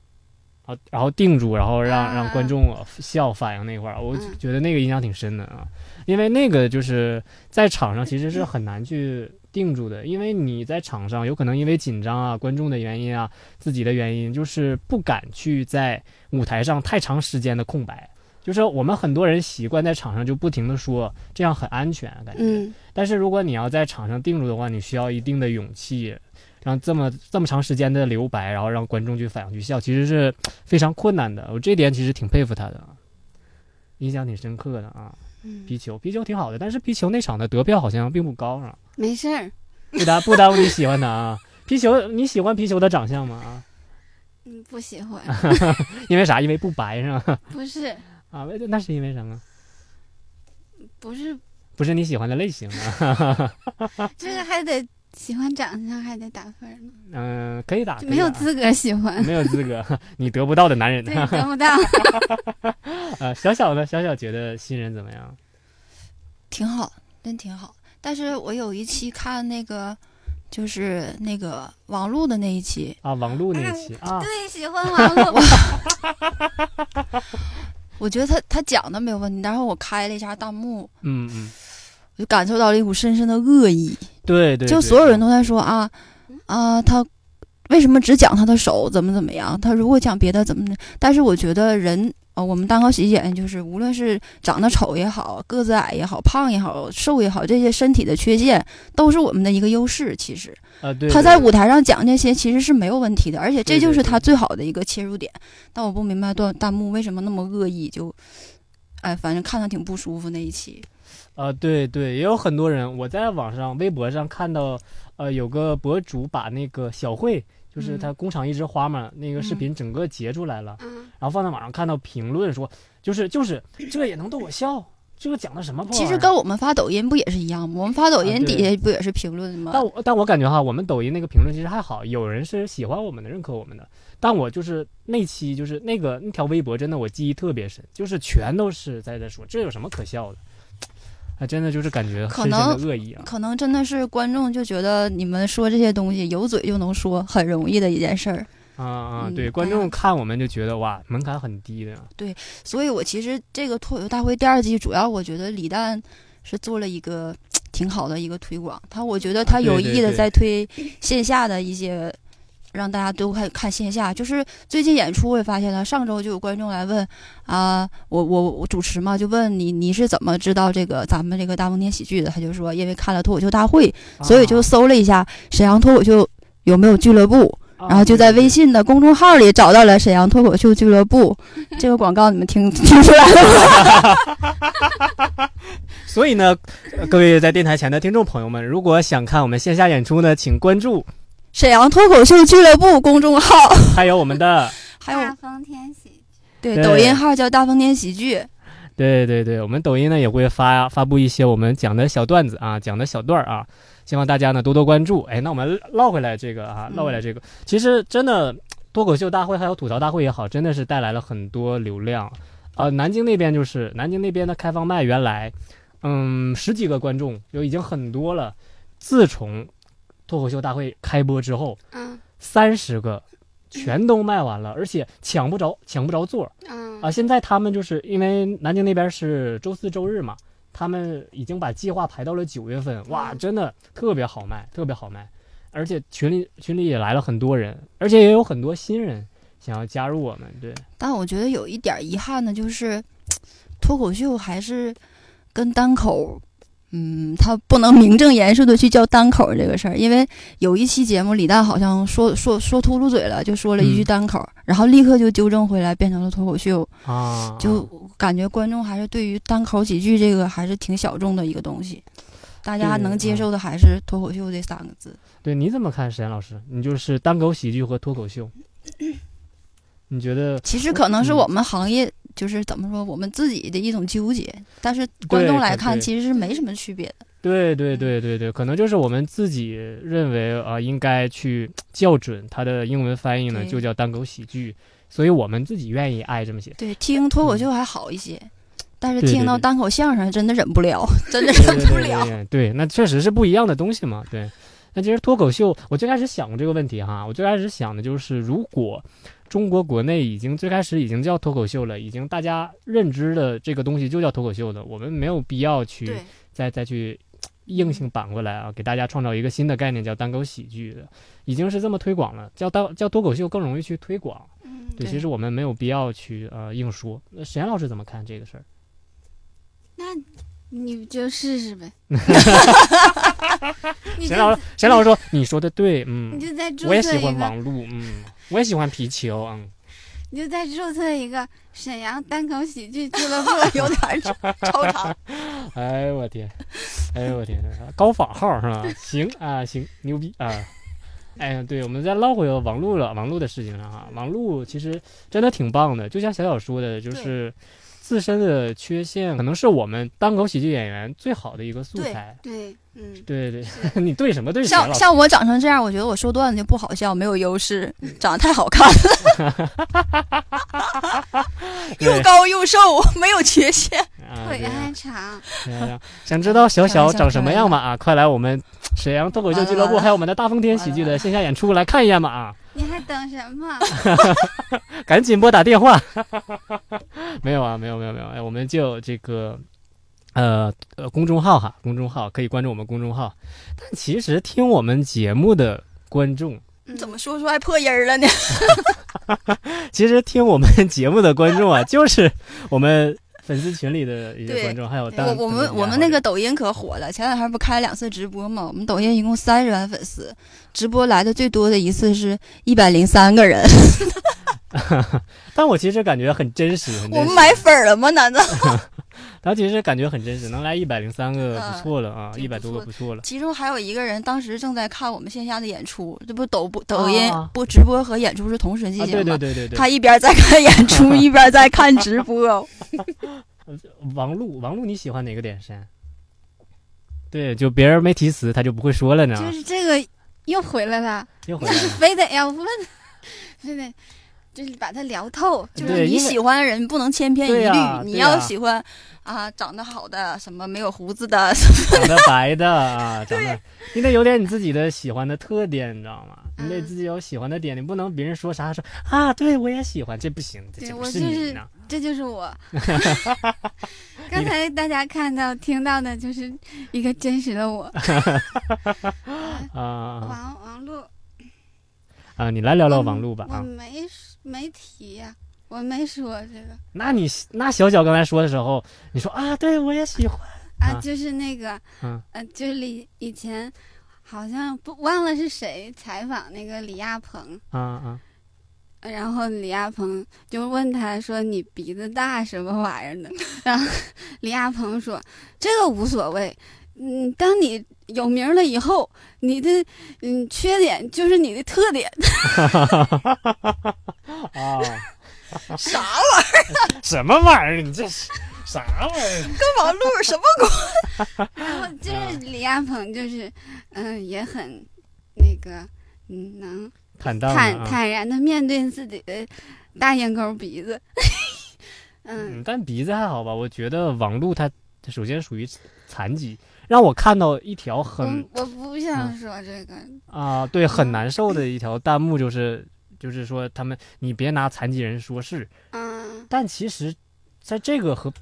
Speaker 3: 好，然后定住，然后让、
Speaker 5: 啊
Speaker 3: 让观众笑反应那块儿，我
Speaker 5: 嗯
Speaker 3: 觉得那个印象挺深的啊，因为那个就是在场上其实
Speaker 5: 嗯
Speaker 3: 是很难去定住的，因为你在场上有可能因为紧张啊、观众的原因啊、自己的原因，就是不敢去在舞台上太长时间的空白。就是我们很多人习惯在场上就不停的说，这样很安全，感觉。
Speaker 5: 嗯，
Speaker 3: 但是如果你要在场上定住的话，你需要一定的勇气，让这么这么长时间的留白，然后让观众去反应去笑，其实是非常困难的。我这点其实挺佩服他的，印象挺深刻的啊。
Speaker 5: 嗯
Speaker 3: 皮球，皮球挺好的，但是皮球那场的得票好像并不高啊，
Speaker 5: 没事儿，
Speaker 3: 不耽不耽误你喜欢他啊。皮球，你喜欢皮球的长相吗？啊，
Speaker 5: 嗯，不 喜欢，
Speaker 3: 因为啥？因为不白是吧？
Speaker 5: 不是，
Speaker 3: 啊，那是因为什么？
Speaker 5: 不是，
Speaker 3: 不是你喜欢的类型啊。
Speaker 5: 这个还得喜欢长相，还得打分呢，
Speaker 3: 嗯、可以打，
Speaker 5: 就没有
Speaker 3: 可以
Speaker 5: 资格喜 欢
Speaker 3: 打，，没有资格，你得不到的男人。
Speaker 5: 对，得 不到。
Speaker 3: 呃，小小呢？小小觉得新人怎么样？
Speaker 4: 挺好，真挺好。但是我有一期看那个，就是那个网络的那一期，
Speaker 3: 啊，王璐那一期啊，
Speaker 5: 对，喜欢王璐，
Speaker 4: 我觉得他他讲的没有问题，然后我开了一下弹幕，
Speaker 3: 嗯嗯，
Speaker 4: 我就感受到了一股深深的恶意，
Speaker 3: 对对，
Speaker 4: 就
Speaker 3: 对
Speaker 4: 所有人都在说啊啊，他为什么只讲他的手怎么怎么样？他如果讲别的怎么怎么？但是我觉得人。啊，我们单靠喜剧演员就是，无论是长得丑也好，个子矮也好，胖也好，瘦也好，这些身体的缺陷都是我们的一个优势。其实，
Speaker 3: 啊，对，
Speaker 4: 他在
Speaker 3: 对
Speaker 4: 舞台上讲这些其实是没有问题的，而且这
Speaker 3: 对对
Speaker 4: 就是
Speaker 3: 对
Speaker 4: 他最好的一个切入点。但我不明白段弹幕为什么那么恶意，就，哎，反正看他挺不舒服那一期。
Speaker 3: 啊，对对，也有很多人，我在网上、微博上看到，呃，有个博主把那个小慧，就是
Speaker 4: 嗯
Speaker 3: 他工厂一枝花嘛，那个视
Speaker 4: 嗯
Speaker 3: 频整个截出来了，
Speaker 5: 嗯，
Speaker 3: 然后放在网上，看到评论说，就是就是，这也能逗我笑，这个讲的什么破玩意
Speaker 4: 其
Speaker 3: 儿？
Speaker 4: 实跟我们发抖音不也是一样吗？我们发抖
Speaker 3: 啊
Speaker 4: 音
Speaker 3: 对
Speaker 4: 底下不也是评论吗？
Speaker 3: 但我但我感觉哈，我们抖音那个评论其实还好，有人是喜欢我们的、认可我们的。但我就是那期就是那个那条微博，真的我记忆特别深，就是全都是在这说这有什么可笑的，啊，真的就是感觉
Speaker 4: 可
Speaker 3: 深深的
Speaker 4: 能
Speaker 3: 恶意啊。
Speaker 4: 可能真的是观众就觉得你们说这些东西有嘴就能说，很容易的一件事儿。
Speaker 3: 啊啊，
Speaker 4: 嗯
Speaker 3: 对，
Speaker 4: 哎
Speaker 3: 观众
Speaker 4: 呀
Speaker 3: 看我们就觉得哇，门槛很低的。啊
Speaker 4: 所以我其实这个脱口秀大会第二季，主要我觉得李诞是做了一个挺好的一个推广，他我觉得他有意的在推线下的一些，让大家都看看线下。就是最近演出我也发现了，上周就有观众来问啊，我我我主持嘛，就问你你是怎么知道这个咱们这个大风天喜剧的？他就说因为看了脱口秀大会，所以就搜了一下沈阳脱口秀有没有俱乐部。
Speaker 3: 啊，
Speaker 4: 然后就在微
Speaker 3: 信
Speaker 4: 信的公众号里找到了沈阳脱口秀俱乐部这个广告，你们听 听出来了吗？
Speaker 3: 所以呢，呃各位在电台前的听众朋友们，如果想看我们线下演出呢，请关注，
Speaker 4: 沈阳脱口秀俱乐部公众号，
Speaker 3: 还有我们的。
Speaker 5: 啊
Speaker 4: 还有
Speaker 5: 大风天喜，
Speaker 4: 对
Speaker 3: 对
Speaker 4: 抖音号叫大风天喜剧，
Speaker 3: 对对对，我们抖音呢也会发发布一些我们讲的小段子啊，讲的小段儿啊，希望大家呢多多关注。哎，那我们唠回来这个啊，
Speaker 4: 嗯
Speaker 3: 唠回来这个，其实真的脱口秀大会还有吐槽大会也好，真的是带来了很多流量。呃，南京那边就是南京那边的开放麦，原来嗯十几个观众就已经很多了，自从脱口秀大会开播之后，
Speaker 5: 嗯
Speaker 3: 三十个全都卖完了，而且抢不着抢不着座儿。
Speaker 5: 嗯
Speaker 3: 啊，现在他们就是因为南京那边是周四周日嘛，他们已经把计划排到了九月份，哇，
Speaker 5: 嗯
Speaker 3: 真的特别好卖，特别好卖，而且群里群里也来了很多人，而且也有很多新人想要加入我们，对，
Speaker 4: 但我觉得有一点遗憾的就是，脱口秀还是跟单口，嗯，他不能名正言顺的去叫单口这个事儿，因为有一期节目李诞好像说说说秃噜嘴了，就说了一句
Speaker 3: 嗯
Speaker 4: 单口，然后立刻就纠正回来变成了脱口秀，
Speaker 3: 啊，
Speaker 4: 就感觉观众还是对于单口喜剧这个还是挺小众的一个东西，大家
Speaker 3: 对
Speaker 4: 能接
Speaker 3: 嗯
Speaker 4: 受的还是脱口秀这三个字。
Speaker 3: 对，你怎么看沈岩老师？你就是单口喜剧和脱口秀，你觉得
Speaker 4: 其实可能是
Speaker 3: 嗯
Speaker 4: 我们行业就是怎么说，我们自己的一种纠结，但是观
Speaker 3: 对
Speaker 4: 众
Speaker 3: 对
Speaker 4: 来看
Speaker 3: 对
Speaker 4: 其实是没什么区别的。
Speaker 3: 对对对对对，可能就是我们自己认为啊、呃应该去校准它的英文翻译呢，
Speaker 4: 对
Speaker 3: 就叫单口喜剧，所以我们自己愿意爱这么写。
Speaker 4: 对，听脱口秀还好一些，但是
Speaker 3: 嗯对对
Speaker 4: 听到
Speaker 3: 对
Speaker 4: 单口相声真的忍不了， 真的
Speaker 3: 对
Speaker 4: 忍
Speaker 3: 对
Speaker 4: 不
Speaker 3: 对对
Speaker 4: 了。
Speaker 3: 对，对，那确实是不一样的东西嘛。对，那其实脱口秀，我最开始想过这个问题哈，我最开始想的就是，如果中国国内已经最开始已经叫脱口秀了，已经大家认知的这个东西就叫脱口秀了，我们没有必要去
Speaker 4: 对
Speaker 3: 再再去硬性绑过来啊，给大家创造一个新的概念叫单口喜剧的，已经是这么推广了，叫单叫脱口秀更容易去推广。
Speaker 5: 嗯
Speaker 3: 对，
Speaker 4: 对
Speaker 3: 其实我们没有必要去呃硬说。那沈岩老师怎么看这个事儿？
Speaker 5: 那你就试 试呗。你
Speaker 3: 沈岩老
Speaker 5: 就
Speaker 3: 师，沈岩老师说你说的对，嗯，
Speaker 5: 你就再注
Speaker 3: 我也
Speaker 5: 册
Speaker 3: 喜
Speaker 5: 一
Speaker 3: 欢
Speaker 5: 个，
Speaker 3: 王璐，嗯，我也喜欢皮球，嗯，
Speaker 5: 你就再注册一个沈阳单口喜剧俱 乐部。
Speaker 4: 有点儿 超长，
Speaker 3: 哎呦我天，哎呦我天，高仿号是吧？ 行啊，行，牛逼啊！哎呀，对，我们再唠回网络了，网络的事情上哈，网络其实真的挺棒的，就像小小说的，就是自身的缺陷可能是我们单口喜剧演员最好的一个素材。
Speaker 5: 对，嗯，
Speaker 3: 对对对， 你对什么对谁
Speaker 4: 像
Speaker 3: 了？
Speaker 4: 像我长成这样，我觉得我说段子就不好笑，没有优势，长得太好看了， 又
Speaker 3: 对
Speaker 4: 高又瘦，没有缺陷。
Speaker 3: 啊，
Speaker 5: 腿
Speaker 3: 对啊
Speaker 5: 还长，
Speaker 3: 哎呀想知道小小长什么样嘛？啊，快来我们沈阳脱口秀俱乐
Speaker 4: 完了完
Speaker 3: 部，
Speaker 4: 了
Speaker 3: 还有我们的大风天喜剧的线下演出来看一眼嘛啊！
Speaker 5: 你还等什么？
Speaker 3: 赶紧拨打电话。 没有啊，没有没有没有，哎，我们就有这个。呃呃，公众号哈，公众号可以关注我们公众号。但其实听我们节目的观众，
Speaker 5: 嗯
Speaker 4: 怎么说出来破音儿了呢？
Speaker 3: 其实听我们节目的观 众啊，就是我们粉丝群里的一些观众，还有当
Speaker 4: 我我们我们那个抖音可火了，前两天不开两次直播嘛？我们抖音一共三十万粉丝，直播来的最多的一次是一百零三个人，
Speaker 3: 但我其实感觉很真实，很真
Speaker 4: 我
Speaker 3: 实。
Speaker 4: 们买粉儿了吗？难道？
Speaker 3: 他其实感觉很真实，能来一百零三个
Speaker 4: 嗯
Speaker 3: 不错了啊，一
Speaker 4: 挺
Speaker 3: 百
Speaker 4: 不
Speaker 3: 多个
Speaker 4: 错
Speaker 3: 不错了。
Speaker 4: 其中还有一个人当时正在看我们线下的演出，这不抖播抖音
Speaker 3: 啊
Speaker 4: 播直播和演出是同时进
Speaker 3: 啊，
Speaker 4: 行吗？
Speaker 3: 对对对对对，
Speaker 4: 他一边在看演 出，一边在看直 播。
Speaker 3: 王璐，王璐，你喜欢哪个点山？对，就别人没提词，他就不会说了呢。
Speaker 5: 就是这个又回来了，
Speaker 3: 又回
Speaker 5: 就
Speaker 3: 来
Speaker 5: 是
Speaker 3: 了。
Speaker 5: 非得要问，非得就是把它聊透，
Speaker 4: 就是
Speaker 5: 就是
Speaker 3: 对
Speaker 4: 你
Speaker 3: 因为
Speaker 4: 喜欢的人不能千篇一律，
Speaker 3: 对呀
Speaker 4: 你
Speaker 3: 对呀
Speaker 4: 要喜欢啊长得好的，什么没有胡子 的，
Speaker 3: 长得白的啊，长得，你得有点你自己的喜欢的特点，你知道吗？你得
Speaker 5: 嗯
Speaker 3: 自己有喜欢的点，你不能别人说啥说啊，对我也喜欢，这不行，这
Speaker 5: 对
Speaker 3: 这不
Speaker 5: 我
Speaker 3: 是
Speaker 5: 就
Speaker 3: 你
Speaker 5: 是
Speaker 3: 呢。
Speaker 5: 这就 是我。刚才大家看到、听到的就是一个真实的我，
Speaker 3: 啊
Speaker 5: 王王璐。
Speaker 3: 啊，你来聊聊
Speaker 5: 我
Speaker 3: 王璐吧
Speaker 5: 嗯我
Speaker 3: 啊。
Speaker 5: 没说没提呀、我没说这个
Speaker 3: 那你那小小刚才说的时候，你说啊，对我也喜欢，
Speaker 5: 啊，
Speaker 3: 啊
Speaker 5: 就是那个，
Speaker 3: 嗯
Speaker 5: 呃，就是李以前好像不忘了是谁采访那个李亚鹏，
Speaker 3: 啊啊
Speaker 5: 然后李亚鹏就问他说你鼻子大什么玩意儿的， 然后李亚鹏说这个无所谓，嗯，当你有名了以后，你的嗯缺点就是你的特点，
Speaker 3: 啊，
Speaker 4: 啥
Speaker 3: 什么玩意儿？你这是啥玩意儿？
Speaker 4: 跟王璐什么关？
Speaker 5: 然后就是李亚鹏，就是嗯、也很那个，嗯，能
Speaker 3: 坦荡
Speaker 5: 坦
Speaker 3: 啊
Speaker 5: 坦然的面对自己的大烟沟鼻子。嗯
Speaker 3: 嗯，但鼻子还好吧？我觉得王璐她她首先属于残疾，让我看到一条很
Speaker 4: 嗯
Speaker 3: 嗯
Speaker 5: 我我不想说这个，
Speaker 3: 啊、对，很难受的一条弹幕就是就是说他们你别拿残疾人说事，
Speaker 5: 嗯，
Speaker 3: 但其实在这个和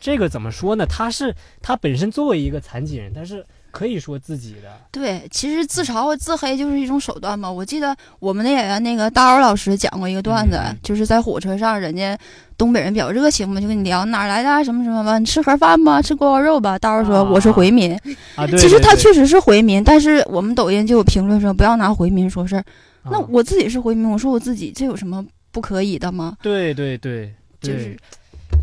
Speaker 3: 这个怎么说呢？他是他本身作为一个残疾人，他是可以说自己的，
Speaker 4: 对，其实自嘲和自黑就是一种手段嘛。我记得我们的演员那个大姚老师讲过一个段子，
Speaker 3: 嗯
Speaker 4: 就是在火车上，人家东北人比较热情嘛，就跟你聊哪儿来的啊什么什么吧，你吃盒饭吧，吃锅包肉吧。大姚说、
Speaker 3: 啊
Speaker 4: 我是回民，
Speaker 3: 啊，对，
Speaker 4: 其实
Speaker 3: 对
Speaker 4: 他
Speaker 3: 对
Speaker 4: 确实是回民，但是我们抖音就有评论说不要拿回民说事儿。那
Speaker 3: 啊
Speaker 4: 我自己是回民，我说我自己这有什么不可以的吗？
Speaker 3: 对对对
Speaker 4: 就
Speaker 3: 对，
Speaker 4: 是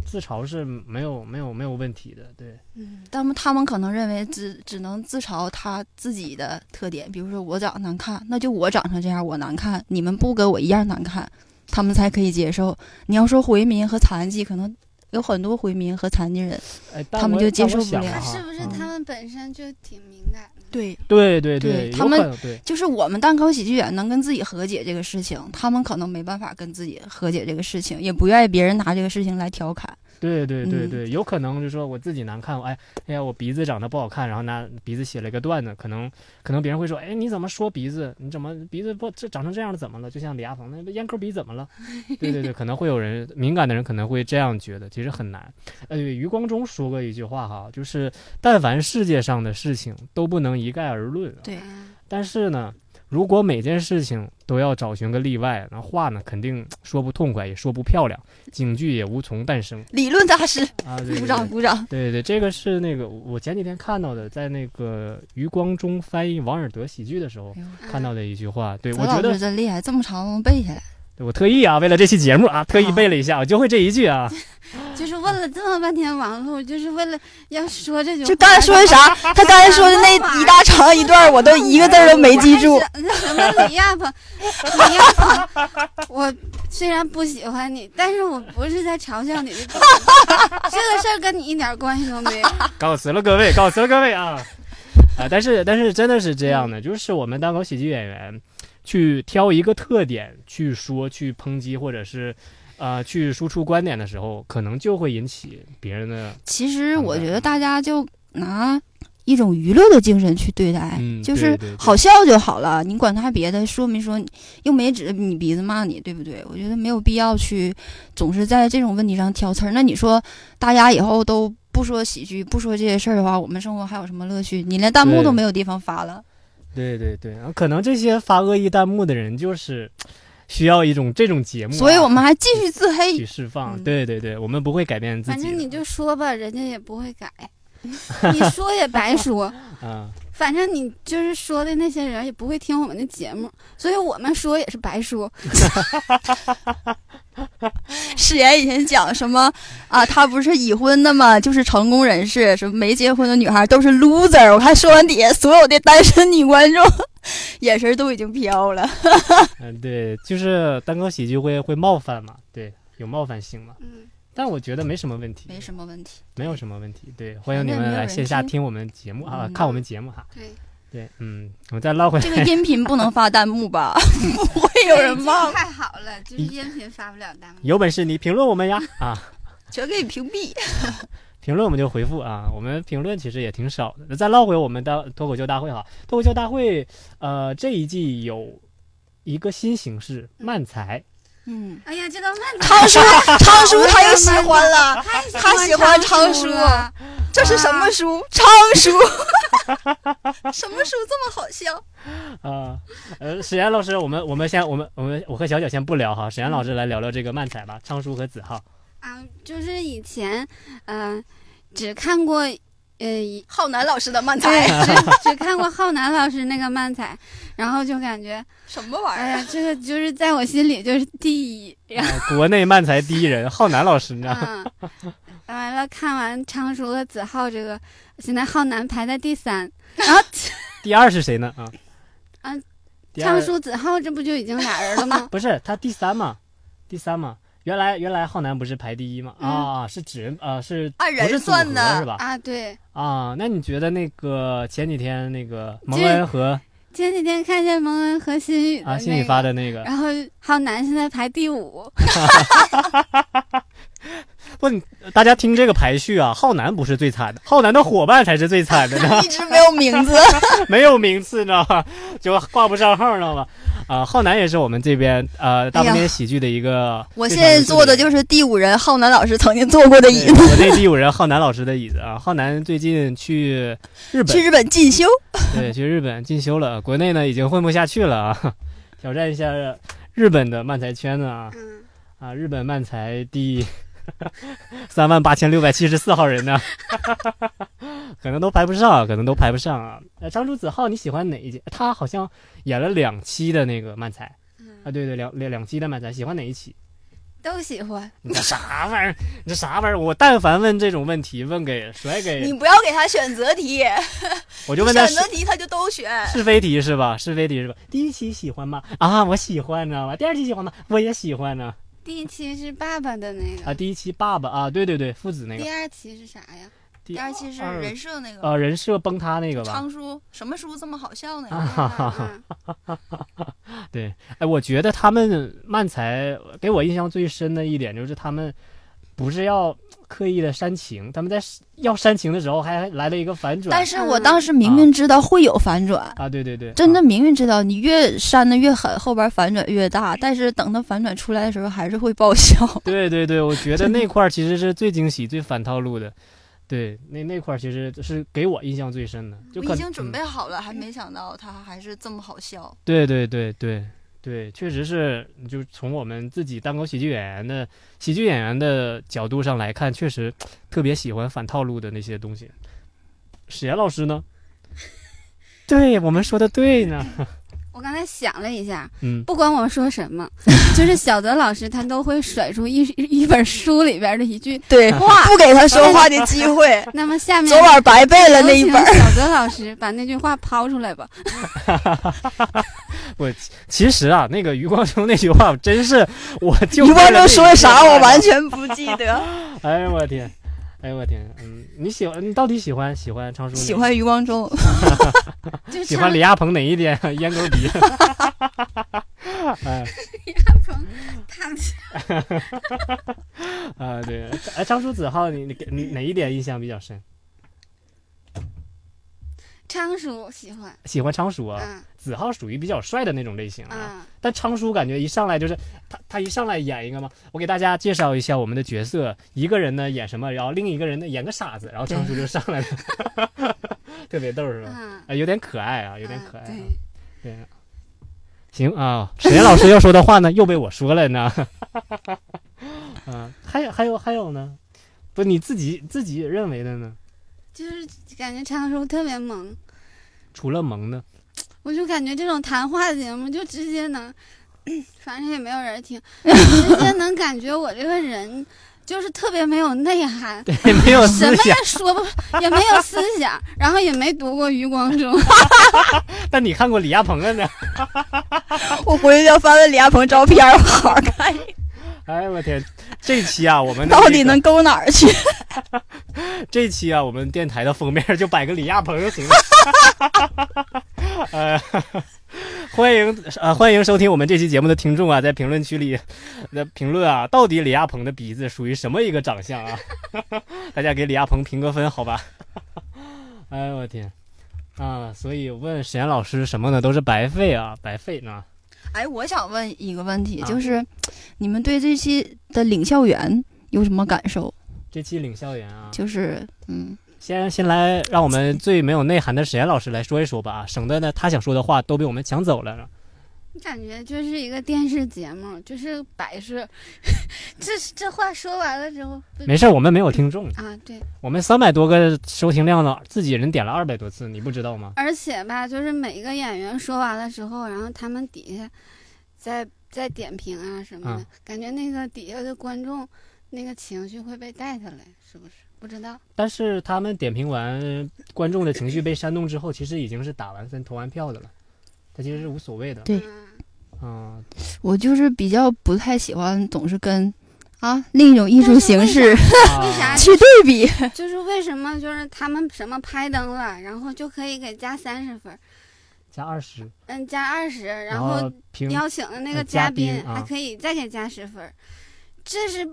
Speaker 3: 自嘲是没有没有没有问题的，对，
Speaker 5: 嗯，
Speaker 4: 他们他们可能认为只只能自嘲他自己的特点，比如说我长得难看，那就我长成这样，我难看，你们不跟我一样难看，他们才可以接受。你要说回民和残疾，可能有很多回民和残疾人，
Speaker 3: 哎，但
Speaker 4: 他们
Speaker 3: 我
Speaker 4: 就接
Speaker 3: 但我
Speaker 4: 受不
Speaker 3: 想
Speaker 4: 了啊
Speaker 5: 他
Speaker 3: 哈
Speaker 5: 是不是
Speaker 3: 嗯
Speaker 5: 他们本身就挺敏感的？
Speaker 4: 对，
Speaker 3: 对对
Speaker 4: 对他
Speaker 3: 有
Speaker 4: 们
Speaker 3: 可能对
Speaker 4: 就是我们单口喜剧演能跟自己和解这个事情，他们可能没办法跟自己和解这个事情，也不愿意别人拿这个事情来调侃。
Speaker 3: 对对对
Speaker 4: 嗯
Speaker 3: 对，有可能就说我自己难看，我哎哎呀，我鼻子长得不好看，然后拿鼻子写了一个段子，可能可能别人会说，哎，你怎么说鼻子？你怎么鼻子不这长成这样了？怎么了？就像李亚鹏那烟沟鼻怎么了？对对对，可能会有人敏感的人可能会这样觉得，其实很难。呃，余光中说过一句话哈，就是但凡世界上的事情都不能一概而论啊，
Speaker 4: 对
Speaker 5: 嗯
Speaker 3: 但是呢，如果每件事情都要找寻个例外，那话呢肯定说不痛快，也说不漂亮，警句也无从诞生
Speaker 4: 理论大师，
Speaker 3: 啊！对
Speaker 4: 鼓
Speaker 3: 对
Speaker 4: 掌
Speaker 3: 对
Speaker 4: 鼓掌。
Speaker 3: 对对，这个是那个我前几天看到的，在那个余光中翻译王尔德喜剧的时候看到的一句话。对我
Speaker 4: 泽
Speaker 3: 觉
Speaker 4: 嗯老
Speaker 3: 得
Speaker 4: 师真厉害，这么长能背下来。
Speaker 3: 对我特意啊，为了这期节目啊，特意
Speaker 4: 好
Speaker 3: 背了一下，我就会这一句 啊。
Speaker 5: 嗯就是问了这么半天王璐，就是为了要说这句话。
Speaker 4: 就刚才说的 啥？他刚才说的那一大长一段，我都一个字儿都没记住
Speaker 5: 我。还想什么李亚鹏，李亚鹏，我虽然不喜欢你，但是我不是在嘲笑你的地方，这个事儿跟你一点关系都没有。
Speaker 3: 告辞了各位，告辞了各位啊！啊，但是但是真的是这样
Speaker 4: 嗯
Speaker 3: 的，就是我们单口喜剧演员去挑一个特点去说、去抨击，或者是呃去输出观点的时候，可能就会引起别人的
Speaker 4: 其实我觉得大家就拿一种娱乐的精神去对待，
Speaker 3: 嗯
Speaker 4: 就是
Speaker 3: 对对对
Speaker 4: 好笑就好了。你管他别的，说没说，又没指着你鼻子骂你，对不对？我觉得没有必要去总是在这种问题上挑刺儿。那你说大家以后都不说喜剧，不说这些事儿的话，我们生活还有什么乐趣？你连弹幕
Speaker 3: 对
Speaker 4: 都没有地方发了。
Speaker 3: 对对对，然后可能这些发恶意弹幕的人就是需要一种这种节目啊、
Speaker 4: 所以我们还继续自黑
Speaker 3: 去。释放。
Speaker 4: 嗯
Speaker 3: 对对对，我们不会改变自
Speaker 5: 反
Speaker 3: 己
Speaker 5: 正你
Speaker 3: 的
Speaker 5: 就说吧，人家也不 会改，你说也白说。
Speaker 3: 啊。
Speaker 5: 反正你就是说的那些人也不会听我们的节目，所以我们说也是白说。
Speaker 4: 誓言以前讲什么啊？他不是已婚的吗？就是成功人士，什么没结婚的女孩都是 loser。我看说完底下所有的单身女观众眼神都已经飘了。
Speaker 3: 嗯，对，就是单口喜剧会会冒犯嘛，对，有冒犯性嘛，
Speaker 5: 嗯，
Speaker 3: 但我觉得没什么问题，
Speaker 4: 没什么问题，
Speaker 3: 没有什么问题，对，欢迎
Speaker 4: 反
Speaker 3: 你
Speaker 4: 正
Speaker 3: 们
Speaker 4: 没有
Speaker 3: 来
Speaker 4: 人
Speaker 3: 线下
Speaker 4: 听
Speaker 3: 听我们节目啊，
Speaker 4: 嗯
Speaker 3: 看我们节目哈。
Speaker 5: 对，
Speaker 3: 对，嗯，我们再唠回
Speaker 4: 这个音频不能发弹幕 吧？不会有
Speaker 5: 哎
Speaker 4: 人骂，
Speaker 5: 太好了，就是音频发不了弹幕。
Speaker 3: 有本事你评论我们呀啊，
Speaker 4: 全给你屏蔽。
Speaker 3: 评论我们就回复啊，我们评论其实也挺少的。那再唠回我们的脱口秀大会哈，脱口秀大会呃这一季有一个新形式漫才，
Speaker 4: 嗯，
Speaker 5: 哎呀，这个慢
Speaker 4: 昌叔，昌叔他又喜欢了，他喜欢啊
Speaker 5: 超
Speaker 4: 昌叔
Speaker 5: 了，
Speaker 4: 这是什么书？昌 叔，什么书这么好笑？
Speaker 3: 啊，呃，史岩老师，我们我们先我们我们我和小小先不聊哈，史岩老师来聊聊这个漫才
Speaker 4: 嗯
Speaker 3: 吧，昌叔和子浩。
Speaker 5: 啊，就是以前，嗯、只看过，呃，一
Speaker 4: 浩南老师的漫
Speaker 5: 对
Speaker 4: 才，
Speaker 5: 只只看过浩南老师那个漫才，然后就感觉，
Speaker 4: 什么玩意
Speaker 5: 哎
Speaker 4: 儿？
Speaker 5: 呀，这个就是在我心里就是第一。然后，
Speaker 3: 啊国内漫才第一人浩南老师，你知 道吗？
Speaker 5: 嗯，完了，看完昌叔和子浩这个，现在浩南排在第三，然后
Speaker 3: 第二是谁呢？啊，
Speaker 5: 啊
Speaker 3: 第二
Speaker 5: 昌叔子浩这不就已经俩人了
Speaker 3: ？
Speaker 5: 吗
Speaker 3: 不是他第三嘛，第三嘛，原来原来浩南不是排第一吗？啊，是指呃是
Speaker 4: 按嗯人
Speaker 3: 不是组
Speaker 4: 算
Speaker 3: 合
Speaker 4: 的
Speaker 3: 是吧？
Speaker 5: 啊，对，
Speaker 3: 啊，那你觉得那个前几天那个蒙
Speaker 5: 这
Speaker 3: 恩和
Speaker 5: 前几天看见蒙恩和新宇
Speaker 4: 呃
Speaker 5: 的
Speaker 3: 啊新
Speaker 5: 那
Speaker 3: 宇
Speaker 5: 个
Speaker 3: 发的那个，
Speaker 5: 然后浩南现在排第五，
Speaker 3: 不，你大家听这个排序啊，浩南不是最惨的，浩南的伙伴才是最惨的 呢，
Speaker 4: 一直没有名字。
Speaker 3: 没有名次，你知道吗？就挂不上号，知道吗？啊、浩南也是我们这边呃大
Speaker 4: 哎呀
Speaker 3: 半边喜剧的一个
Speaker 4: 我
Speaker 3: 非
Speaker 4: 现
Speaker 3: 常优秀人，
Speaker 4: 在坐的就是第五人浩南老师曾经坐过的椅
Speaker 3: 对
Speaker 4: 子，
Speaker 3: 我这第五人浩南老师的椅子啊，浩南最近去日
Speaker 4: 去
Speaker 3: 本，
Speaker 4: 日本进修。
Speaker 3: 对，去日本进修了，国内呢已经混不下去了啊，挑战一下日本的漫才圈子啊
Speaker 5: 嗯，
Speaker 3: 啊，日本漫才第三万八千六百七十四号人呢， 可能都排不上，可能都排不上啊。呃，张朱子浩你喜欢哪一集？他好像演了两期的那个漫才啊，对对，两两两期的漫才，喜欢哪一期？
Speaker 5: 都喜欢。
Speaker 3: 你这啥玩意儿？你这啥玩意儿？我但凡问这种问题，问给甩
Speaker 4: 你
Speaker 3: 给，
Speaker 4: 不要给他选择题，
Speaker 3: 我就问他是
Speaker 4: 选择题他就都选。
Speaker 3: 是非题是吧？是非题是吧？第一期喜欢吗？啊，我喜欢，知道吗？第二期喜欢吗？我也喜欢呢。
Speaker 5: 第一期是爸爸的那个，
Speaker 3: 啊，第一期爸爸啊，对对对，父子那个
Speaker 5: 第，二期是啥呀？
Speaker 3: 第
Speaker 4: 二期是
Speaker 3: 二
Speaker 4: 人设那个
Speaker 3: 呃，人设崩塌那个吧？
Speaker 4: 昌叔，什么叔这么好笑呢？
Speaker 3: 啊哈哈 哈。
Speaker 5: 啊
Speaker 3: 哎，我觉得他们漫才给我印象最深的一点就是他们不是要刻意的煽情，他们在要煽情的时候还来了一个反转。
Speaker 4: 但是我当时明明知道会有反转，
Speaker 3: 啊，对对对，
Speaker 4: 真的
Speaker 3: 啊
Speaker 4: 明明知道，你越删的越狠，后边反转越大。但是等它反转出来的时候，还是会爆笑。
Speaker 3: 对对对，我觉得
Speaker 4: 真的
Speaker 3: 那块儿其实是最惊喜、最反套路的。对，那那块儿其实是给我印象最深的，就可嗯
Speaker 4: 好了，还没想到他还是这么好笑。
Speaker 3: 对对对对对，确实是，就从我们自己单口喜剧演员的喜剧演员的角度上来看，确实特别喜欢反套路的那些东西。史岩老师 呢？对我们说的对呢，
Speaker 5: 我刚才想了一下，
Speaker 3: 嗯，
Speaker 5: 不管我说什么，就是小泽老师他都会甩出一一本书里边的一句。
Speaker 4: 对，
Speaker 5: 话，
Speaker 4: 不给他说话的机会
Speaker 5: 那么下面
Speaker 4: 昨晚白背了那一本
Speaker 5: 有。请小泽老师把那句话抛出来吧。
Speaker 3: 其实啊，那个余光中那句话真是，我就
Speaker 4: 余
Speaker 3: 为
Speaker 4: 光
Speaker 3: 了
Speaker 4: 中说
Speaker 3: 那一句
Speaker 4: 啥，
Speaker 3: 话
Speaker 4: 我完全不记得。
Speaker 3: 哎呦我天，哎呦我天，嗯，你喜欢你到底喜欢喜欢昌叔哪一
Speaker 4: 喜欢余光中，
Speaker 5: 就
Speaker 3: 喜欢李亚鹏哪一点？ 烟沟 鼻。哎
Speaker 5: 鹏胖起
Speaker 3: 啊对，哎张叔子浩你你给你哪一点印象比较深？
Speaker 5: 昌叔喜欢，
Speaker 3: 喜欢昌叔啊，
Speaker 5: 嗯
Speaker 3: 子浩属于比较帅的那种类型啊，
Speaker 5: 嗯
Speaker 3: 但昌叔感觉一上来就是他他一上来演一个嘛，我给大家介绍一下我们的角色，一个人呢演什么，然后另一个人呢演个傻子，然后昌叔就上来了， 特别逗是吧？
Speaker 5: 嗯，
Speaker 3: 哎有点可爱啊，有点可爱、啊。
Speaker 5: 嗯
Speaker 3: 对，行啊，史岩老师要说的话呢，又被我说了呢。 啊，还有还有还有呢，不，你自己自己认为的呢？
Speaker 5: 对，就是感觉昌叔特别萌，
Speaker 3: 除了萌呢，
Speaker 5: 我就感觉这种谈话节目就直接能， 反正也没有人 听，直接能感觉我这个人就是特别没有内涵，
Speaker 3: 对，没有
Speaker 5: 什
Speaker 3: 思
Speaker 5: 么也
Speaker 3: 想。
Speaker 5: 说不，也没有思想，然后也没读过余光中，
Speaker 3: 但你看过李亚鹏了呢？
Speaker 4: 我回去要翻翻李亚鹏照片，我好好看一眼，
Speaker 3: 哎，我天，这期啊，我们的
Speaker 4: 到
Speaker 3: 这
Speaker 4: 底
Speaker 3: 个
Speaker 4: 能勾哪儿去？
Speaker 3: 这期啊，我们电台的封面就摆个李亚鹏就行了。 呃，欢迎呃欢迎收听我们这期节目的听众啊，在评论区里的评论啊，到底李亚鹏的鼻子属于什么一个长相啊？ 大家给李亚鹏评个分，好吧？ 哎呦我天！啊，所以问沈岩老师什么呢？都是白费啊，白费呢。
Speaker 4: 哎，我想问一个问题，
Speaker 3: 啊
Speaker 4: 就是你们对这期的领校园有什么感受？
Speaker 3: 这期领校园啊，
Speaker 4: 就是，嗯，
Speaker 3: 先先来让我们最没有内涵的沈岩老师来说一说吧啊，省得呢他想说的话都被我们抢走了。
Speaker 4: 嗯
Speaker 5: 感觉就是一个电视节目，就是摆设。 这这话说完了之后，不
Speaker 3: 没事儿，我们没有听众。
Speaker 5: 啊，对，
Speaker 3: 我们三百多个收听量了，自己人点了二百多次，你不知道吗？
Speaker 5: 而且吧，就是每一个演员说完了之后，然后他们底下再再点评啊什么的，
Speaker 3: 嗯
Speaker 5: 感觉那个底下的观众那个情绪会被带下来，是不是？不知道。
Speaker 3: 但是他们点评完观众的情绪被煽动之后，其实已经是打完分、投完票的了，他其实是无所谓的。
Speaker 4: 对
Speaker 5: 嗯
Speaker 3: 嗯，
Speaker 4: 我就是比较不太喜欢总是跟啊，另一种艺术形式
Speaker 3: 啊
Speaker 5: 为啥
Speaker 4: 去对比。
Speaker 5: 嗯就是为什么就是他们什么拍灯了，然后就可以给加三十分，
Speaker 3: 加二十，
Speaker 5: 嗯，加二十，然后
Speaker 3: 后平
Speaker 5: 邀请的那
Speaker 3: 呃
Speaker 5: 个
Speaker 3: 嘉
Speaker 5: 嘉
Speaker 3: 宾啊
Speaker 5: 还可以再给加十分，这是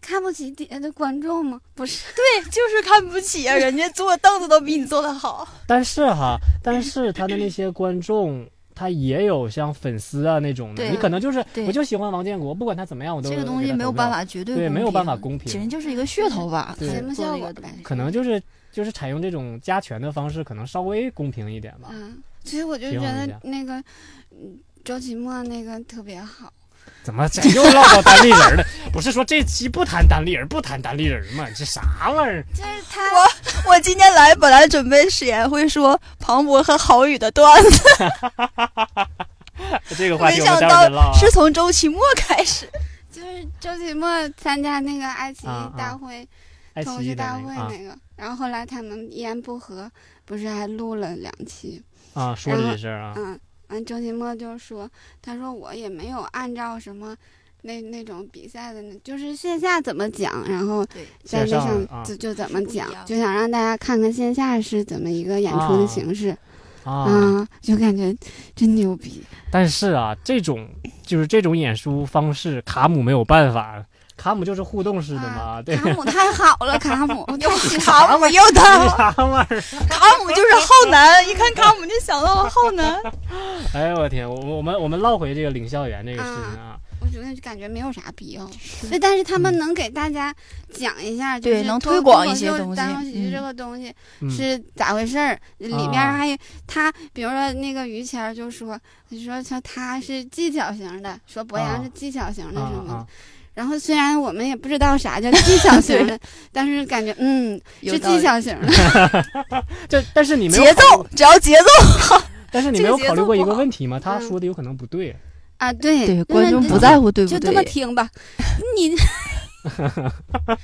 Speaker 5: 看不起底下的观众吗？不是，
Speaker 4: 对， 就是看不起啊，人家坐凳子都比你坐的好。
Speaker 3: 但是哈，但是他的那些观众，他也有像粉丝啊那种的，
Speaker 4: 对
Speaker 3: 你可能就是
Speaker 4: 对
Speaker 3: 我就喜欢王建国，不管他怎么样，我都
Speaker 4: 这个
Speaker 3: 给
Speaker 4: 东西
Speaker 3: 他
Speaker 4: 没有
Speaker 3: 投票
Speaker 4: 办，法绝对
Speaker 3: 对没有
Speaker 4: 公
Speaker 3: 办法公平
Speaker 4: 只能就是一个噱头吧，
Speaker 3: 对
Speaker 4: 可
Speaker 5: 节
Speaker 4: 能
Speaker 5: 目
Speaker 4: 做
Speaker 5: 效
Speaker 4: 这
Speaker 5: 果
Speaker 4: 个
Speaker 5: 呗
Speaker 4: 东西
Speaker 3: 可能就是就是采用这种加权的方式，可能稍微公平一点吧。
Speaker 5: 嗯，所以我就
Speaker 3: 平
Speaker 5: 觉
Speaker 3: 衡一下
Speaker 5: 得那个，嗯，周奇墨那个特别好，
Speaker 3: 怎么这又唠到单立人了？不是说这期不谈单立人，不谈单立人吗？这啥玩意儿？啊
Speaker 5: 就是他
Speaker 4: 我我今天来本来准备史岩会说庞博和郝宇的段子，
Speaker 3: 这个话
Speaker 4: 没
Speaker 3: 题我们
Speaker 4: 想
Speaker 3: 待会儿再唠
Speaker 4: 到
Speaker 3: 啊。
Speaker 4: 是从周奇墨开始。
Speaker 5: 就是周奇墨参加那个爱奇
Speaker 3: 啊
Speaker 5: 艺大会。
Speaker 3: 爱
Speaker 5: 同
Speaker 3: 奇
Speaker 5: 学
Speaker 3: 艺的那
Speaker 5: 大会
Speaker 3: 个啊
Speaker 5: 那个，然后后来他们一言不合，不是还录了两期？
Speaker 3: 啊，说这些事儿啊，
Speaker 5: 嗯，完周奇墨就说，他说我也没有按照什么那那种比赛的那，就是线下怎么讲，然后
Speaker 4: 对，
Speaker 5: 在
Speaker 3: 线
Speaker 5: 这
Speaker 3: 上啊
Speaker 5: 上就就怎么
Speaker 4: 不一
Speaker 5: 讲，
Speaker 4: 样
Speaker 5: 就想让大家看看线下是怎么一个演出
Speaker 3: 啊
Speaker 5: 的形式
Speaker 4: 嗯
Speaker 3: 啊，
Speaker 5: 啊，就感觉真牛逼。
Speaker 3: 但是啊，这种就是这种演出方式，卡姆没有办法，卡姆就是互动式的嘛，
Speaker 5: 啊
Speaker 3: 对。
Speaker 5: 卡姆太好了，卡姆，我
Speaker 4: 又
Speaker 5: 太喜欢
Speaker 4: 卡姆又 他，
Speaker 3: 啥玩意儿？
Speaker 4: 卡姆就是浩南，一看卡姆就想到了浩 南。
Speaker 3: 哎呦我天，我我们我们唠回这个领校园这个事情啊，
Speaker 5: 我觉得就感觉没有啥必要。对，但是他
Speaker 3: 嗯
Speaker 5: 们能给大家讲一下，就
Speaker 4: 对
Speaker 5: 是
Speaker 4: 能
Speaker 5: 脱
Speaker 4: 推广一
Speaker 5: 脱口
Speaker 4: 些
Speaker 5: 秀
Speaker 4: 东西
Speaker 5: 单口喜剧这
Speaker 4: 嗯
Speaker 5: 个东西，
Speaker 3: 嗯，
Speaker 5: 是咋回事儿？里面
Speaker 3: 啊
Speaker 5: 还有他，比如说那个于谦儿就说，就说他他是技巧型的，说博
Speaker 3: 啊
Speaker 5: 洋是技巧型的
Speaker 3: 啊
Speaker 5: 什么的。
Speaker 3: 啊，
Speaker 5: 然后虽然我们也不知道啥叫技巧 型的，但是感觉嗯是技巧型的。
Speaker 3: 这但是你没有
Speaker 4: 节
Speaker 3: 考虑
Speaker 4: 奏，只要节奏，
Speaker 3: 但是你
Speaker 4: 这
Speaker 3: 没
Speaker 4: 个
Speaker 3: 有
Speaker 4: 节
Speaker 3: 考虑
Speaker 4: 奏
Speaker 3: 过一
Speaker 4: 不
Speaker 3: 个
Speaker 4: 好
Speaker 3: 问题吗？他
Speaker 5: 嗯
Speaker 3: 说的有可能不对，
Speaker 5: 啊，对
Speaker 4: 嗯
Speaker 5: 就是你
Speaker 3: 在
Speaker 4: 乎对
Speaker 5: 就这么听吧，你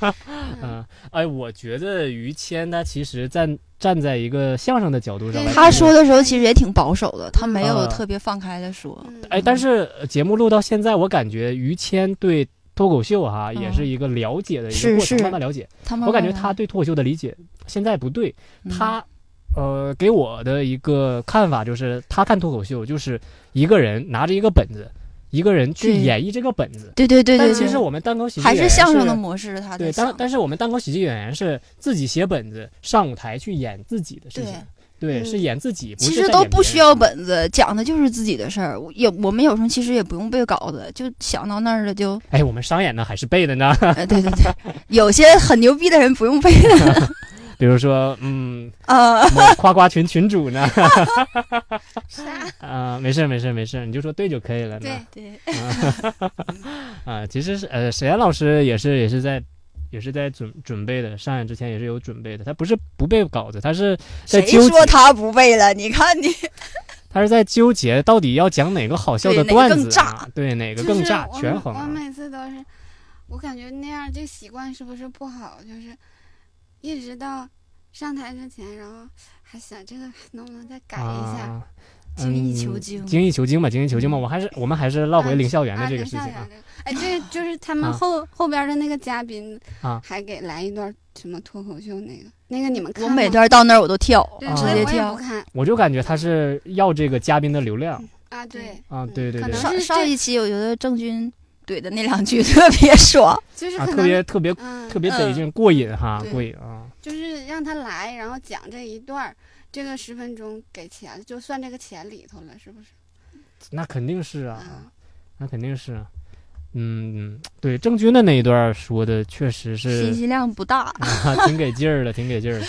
Speaker 3: 嗯，哎，我觉得于谦他其实站站在一个相声的角度上来，
Speaker 5: 对
Speaker 4: 嗯他说，的时候其实也挺保守的，他没有
Speaker 3: 啊
Speaker 4: 特别放开的说。
Speaker 5: 嗯
Speaker 3: 哎，但是呃节目录到现在，我感觉于谦对脱口秀哈、也
Speaker 4: 嗯
Speaker 3: 是一个了解的一个
Speaker 4: 是
Speaker 3: 过程，
Speaker 4: 是
Speaker 3: 慢慢了解。
Speaker 4: 他们
Speaker 3: 我感觉他对脱口秀的理解现在不对，
Speaker 4: 嗯
Speaker 3: 他呃给我的一个看法就是，他看脱口秀就是一个人拿着一个本子，一个人去
Speaker 4: 对
Speaker 3: 演绎这个本子。
Speaker 4: 对对对
Speaker 3: 但
Speaker 4: 对，
Speaker 3: 其
Speaker 4: 对
Speaker 3: 实我们单口喜剧
Speaker 4: 还
Speaker 3: 演
Speaker 4: 是
Speaker 3: 员
Speaker 4: 相声的模式，他在
Speaker 3: 对，但
Speaker 4: 想
Speaker 3: 但是我们单口喜剧演员是自己写本子，上舞台去演自己的事情，对，
Speaker 5: 嗯
Speaker 3: 是演自己，不
Speaker 4: 其
Speaker 3: 是
Speaker 4: 实
Speaker 3: 在
Speaker 4: 都
Speaker 3: 演
Speaker 4: 不
Speaker 3: 别人
Speaker 4: 需要本子，讲的就是自己的事儿。我也我们有时候其实也不用背稿子，就想到那儿 了就。
Speaker 3: 哎，我们商演呢还是背的呢，
Speaker 4: 呃，对对对，有些很牛逼的人不用背的。
Speaker 3: 比如说，嗯，
Speaker 4: 呃，
Speaker 3: 某夸夸群群主呢，
Speaker 5: 啥？
Speaker 3: 啊、没事没事没事，你就说对就可以了呢。
Speaker 5: 对，
Speaker 4: 对，
Speaker 3: 啊，其实是呃，沈岩老师也是也是在也是在准准备的，上演之前也是有准备的，他不是不背稿子，他是在
Speaker 4: 谁
Speaker 3: 纠结
Speaker 4: 说，他不背了？你看你，
Speaker 3: 他是在纠结到底要讲哪个好笑
Speaker 4: 对
Speaker 3: 的
Speaker 4: 哪个
Speaker 3: 段
Speaker 4: 更
Speaker 3: 子啊，对哪个
Speaker 5: 就
Speaker 3: 更
Speaker 5: 是
Speaker 3: 炸，
Speaker 5: 我
Speaker 3: 权
Speaker 5: 每
Speaker 3: 衡
Speaker 5: 我
Speaker 3: 啊。
Speaker 5: 每次都是，我感觉那样这习惯是不是不好？就是一直到上台之前，然后还想这个能不能再改一下？
Speaker 3: 啊
Speaker 4: 精益求
Speaker 3: 嗯
Speaker 4: 精
Speaker 3: 精益求精吧，精益求精吧。我还是我们还是唠回
Speaker 5: 啊
Speaker 3: 领校园的
Speaker 5: 啊，
Speaker 3: 这个
Speaker 5: 林
Speaker 3: 事情
Speaker 5: 校
Speaker 3: 啊
Speaker 5: 园。这个，哎，这个就是他
Speaker 3: 啊
Speaker 5: 们后、后边的那个嘉宾
Speaker 3: 啊
Speaker 5: 还给来一段什么脱口秀那个，那个你们看
Speaker 4: 我
Speaker 5: 吗
Speaker 4: 每段到那儿我都跳，
Speaker 5: 对，
Speaker 3: 啊
Speaker 5: 我
Speaker 4: 直
Speaker 5: 也
Speaker 4: 接
Speaker 5: 我也
Speaker 4: 跳
Speaker 5: 不。看
Speaker 3: 我就感觉他是要这个嘉宾的流量
Speaker 5: 啊，对，
Speaker 3: 啊，
Speaker 5: 嗯
Speaker 3: 对对
Speaker 5: 可
Speaker 3: 对
Speaker 5: 能，
Speaker 4: 上
Speaker 5: 是
Speaker 4: 上
Speaker 5: 这
Speaker 4: 一期我觉得郑钧怼的那两句 特别爽，
Speaker 5: 就是
Speaker 3: 啊，
Speaker 5: 可
Speaker 3: 特
Speaker 5: 能、
Speaker 3: 别特别
Speaker 5: 嗯
Speaker 3: 特别得
Speaker 4: 嗯
Speaker 3: 劲，过瘾哈，
Speaker 4: 对
Speaker 3: 过瘾啊。
Speaker 5: 就是让他来，然后讲这一段儿，这个十分钟给钱，就算这个钱里头了，是不是？
Speaker 3: 那肯定是啊
Speaker 5: 啊，
Speaker 3: 那肯定是啊。嗯，对，郑钧的那一段说的确实
Speaker 4: 信
Speaker 3: 是
Speaker 4: 息量不大，
Speaker 3: 啊，挺给劲儿的，挺给劲儿的。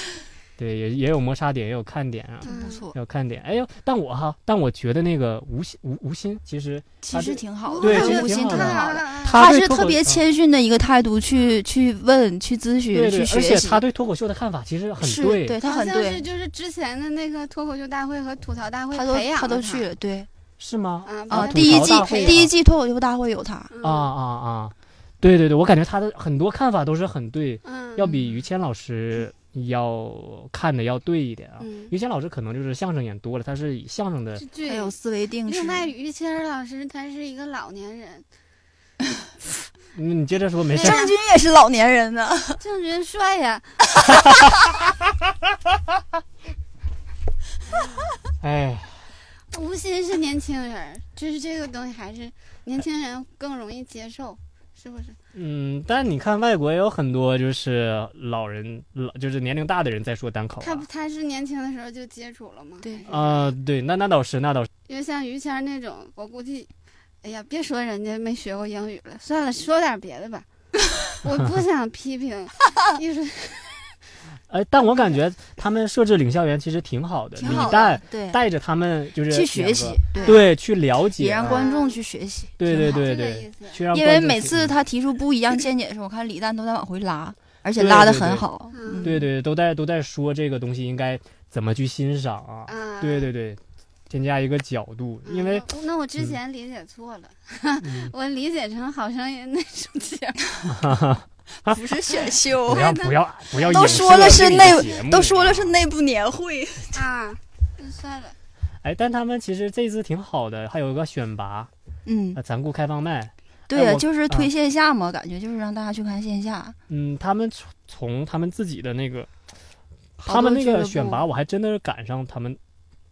Speaker 3: 对，也也有摩擦点，也有看点
Speaker 5: 嗯
Speaker 3: 啊，
Speaker 4: 真不错，
Speaker 3: 有看点。哎呦，但我哈，但我觉得那个吴昕吴吴昕其实
Speaker 4: 其实挺好的，
Speaker 3: 对
Speaker 4: 我
Speaker 3: 其
Speaker 4: 觉
Speaker 3: 实
Speaker 4: 得吴
Speaker 3: 挺
Speaker 4: 昕
Speaker 3: 好
Speaker 4: 挺
Speaker 3: 的啊
Speaker 4: 好的。
Speaker 3: 他
Speaker 5: 他
Speaker 4: 他
Speaker 3: 对
Speaker 4: 是
Speaker 3: 脱
Speaker 4: 特
Speaker 3: 口
Speaker 4: 别
Speaker 3: 啊
Speaker 4: 谦逊的一个态度去去问、去咨
Speaker 3: 对
Speaker 4: 询、
Speaker 3: 对
Speaker 4: 去，
Speaker 3: 而且
Speaker 4: 学习，
Speaker 3: 他对脱口秀的看法其实很
Speaker 4: 是
Speaker 3: 对，
Speaker 4: 他很
Speaker 5: 好像是
Speaker 4: 对，
Speaker 5: 就是之前的那个脱口秀大会和吐槽大会
Speaker 4: 他都
Speaker 5: 培养
Speaker 4: 他
Speaker 5: 了
Speaker 4: 都去了，对
Speaker 3: 是吗？
Speaker 5: 啊
Speaker 3: 啊
Speaker 4: 啊，
Speaker 5: 把
Speaker 3: 吐
Speaker 5: 他
Speaker 4: 第一
Speaker 3: 槽
Speaker 4: 季
Speaker 3: 大会
Speaker 4: 第
Speaker 3: 啊
Speaker 4: 一季脱口秀大会有他，
Speaker 5: 嗯
Speaker 3: 啊啊啊！对对对，我感觉他的很多看法都是很对，
Speaker 5: 嗯
Speaker 3: 要比于谦老师要看的要对一点啊。
Speaker 5: 嗯
Speaker 3: 于谦老师可能就是相声演多了，他是以相声的
Speaker 4: 哎
Speaker 5: 是剧
Speaker 4: 还有思维定式
Speaker 5: 另，外于谦儿老师他是一个老年人，
Speaker 3: 嗯你接着说，没事
Speaker 5: 对
Speaker 3: 儿。
Speaker 5: 呀
Speaker 4: 郑钧也是老年人呢，
Speaker 5: 郑钧帅呀，
Speaker 3: 哎，
Speaker 5: 吴昕是年轻人儿，就是这个东西还是年轻人更容易接受，是不是？
Speaker 3: 嗯，但是你看外国也有很多就是老人，老就是年龄大的人在说单口
Speaker 5: 他
Speaker 3: 啊。
Speaker 5: 他是年轻的时候就接触了吗？
Speaker 4: 对
Speaker 5: 还是
Speaker 3: 啊、对，那那倒是，那倒是。
Speaker 5: 因为像于谦儿那种，我估计，哎呀，别说人家没学过英语了，算了，说点别 的吧。我不想批评艺术，
Speaker 3: 哎，但我感觉他们设置领笑员其实挺好的，
Speaker 4: 挺
Speaker 3: 你
Speaker 4: 好
Speaker 3: 带
Speaker 4: 的，对，
Speaker 3: 带着他们就是
Speaker 4: 去
Speaker 3: 两
Speaker 4: 学
Speaker 3: 个
Speaker 4: 习，，
Speaker 3: 对，去了解，
Speaker 4: 也让观众去学习，
Speaker 3: 对对
Speaker 4: 挺好
Speaker 3: 对
Speaker 5: 这个
Speaker 3: 对
Speaker 5: 意，思。
Speaker 3: 去让
Speaker 4: 因
Speaker 3: 观
Speaker 4: 为
Speaker 3: 众
Speaker 4: 每
Speaker 3: 去
Speaker 4: 次他提出不一样见解的时候，我看李诞都在往回拉，而且
Speaker 3: 对
Speaker 4: 拉的
Speaker 3: 对对
Speaker 4: 很好，
Speaker 5: 嗯
Speaker 3: 对对都在都在说这个东西应该怎么去欣赏啊，
Speaker 5: 啊，
Speaker 3: 对对对，添加一个角度，
Speaker 5: 嗯，
Speaker 3: 因为
Speaker 5: 那那我之
Speaker 3: 嗯
Speaker 5: 前理解错了，
Speaker 3: 嗯
Speaker 5: 我理解成《好声音》那种节 目，
Speaker 4: 不是选秀
Speaker 3: 不要不要不要
Speaker 4: 都
Speaker 3: 影
Speaker 4: 说
Speaker 3: 射
Speaker 4: 了是
Speaker 3: 这个
Speaker 4: 内
Speaker 3: 节目
Speaker 4: 都说了是
Speaker 3: 啊
Speaker 4: 内部年会，
Speaker 5: 啊，那算了，
Speaker 3: 哎，但他们其实这次挺好的，还有一个选拔，
Speaker 4: 嗯
Speaker 3: 呃，，咱顾开放麦，
Speaker 4: 对呀，
Speaker 3: 哎我啊
Speaker 4: 就是推线下嘛，感觉就是让大家去看线下，
Speaker 3: 嗯，他们从从他们自己的那个，
Speaker 4: 好
Speaker 3: 他们
Speaker 4: 多
Speaker 3: 那
Speaker 4: 俱
Speaker 3: 个
Speaker 4: 乐
Speaker 3: 选
Speaker 4: 部
Speaker 3: 拔，我还真的是赶上他们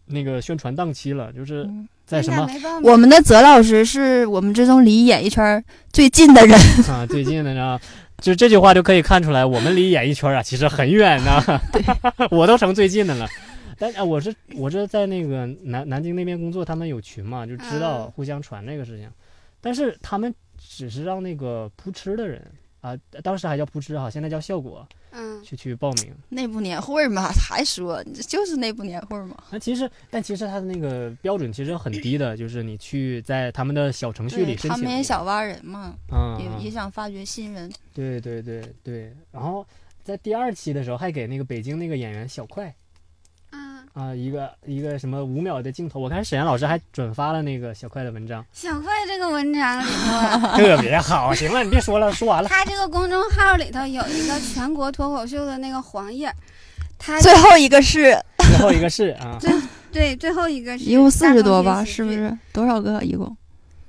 Speaker 3: 那个宣传档期了，就是
Speaker 4: 嗯
Speaker 3: 在什么
Speaker 5: 没办法
Speaker 4: 我们的泽老师是我们之中离演艺圈最近的人，
Speaker 3: 啊，最近的呢，就这句话就可以看出来，我们离演艺圈啊其实很远呢， 我都成最近的了。但啊，我是我是在那个南南京那边工作，他们有群嘛，就知道
Speaker 5: 嗯
Speaker 3: 互相传这个事情。但是他们只是让那个扑哧的人啊，当时还叫扑哧哈，现在叫效果
Speaker 5: 嗯，
Speaker 3: 去去报名。
Speaker 4: 内部年会嘛，还说就是内部年会嘛，
Speaker 3: 那其实，但其实他的那个标准其实很低的，就是你去在他们的小程序
Speaker 4: 对，
Speaker 3: 里申请。
Speaker 4: 他们也想挖人嘛，
Speaker 3: 嗯，嗯
Speaker 4: 也也想发掘新人，
Speaker 3: 对对对对，然后在第二期的时候还给那个北京那个演员小快
Speaker 5: 啊，，
Speaker 3: 啊、一个一个什么五秒的镜头，我看沈阳老师还转发了那个小快的文 章
Speaker 5: 小快这个文章里头啊，
Speaker 3: 特别好。行了，你别说了，说完了。
Speaker 5: 他这个公众号里头有一个全国脱口秀的那个黄页儿，他
Speaker 4: 最后一个是
Speaker 3: 最后一个是啊，
Speaker 5: 对最后一个是
Speaker 4: 一共四十
Speaker 5: 大众
Speaker 4: 多
Speaker 5: 点
Speaker 4: 吧，
Speaker 5: 喜
Speaker 4: 是不
Speaker 5: 剧
Speaker 4: 是？多少个一共？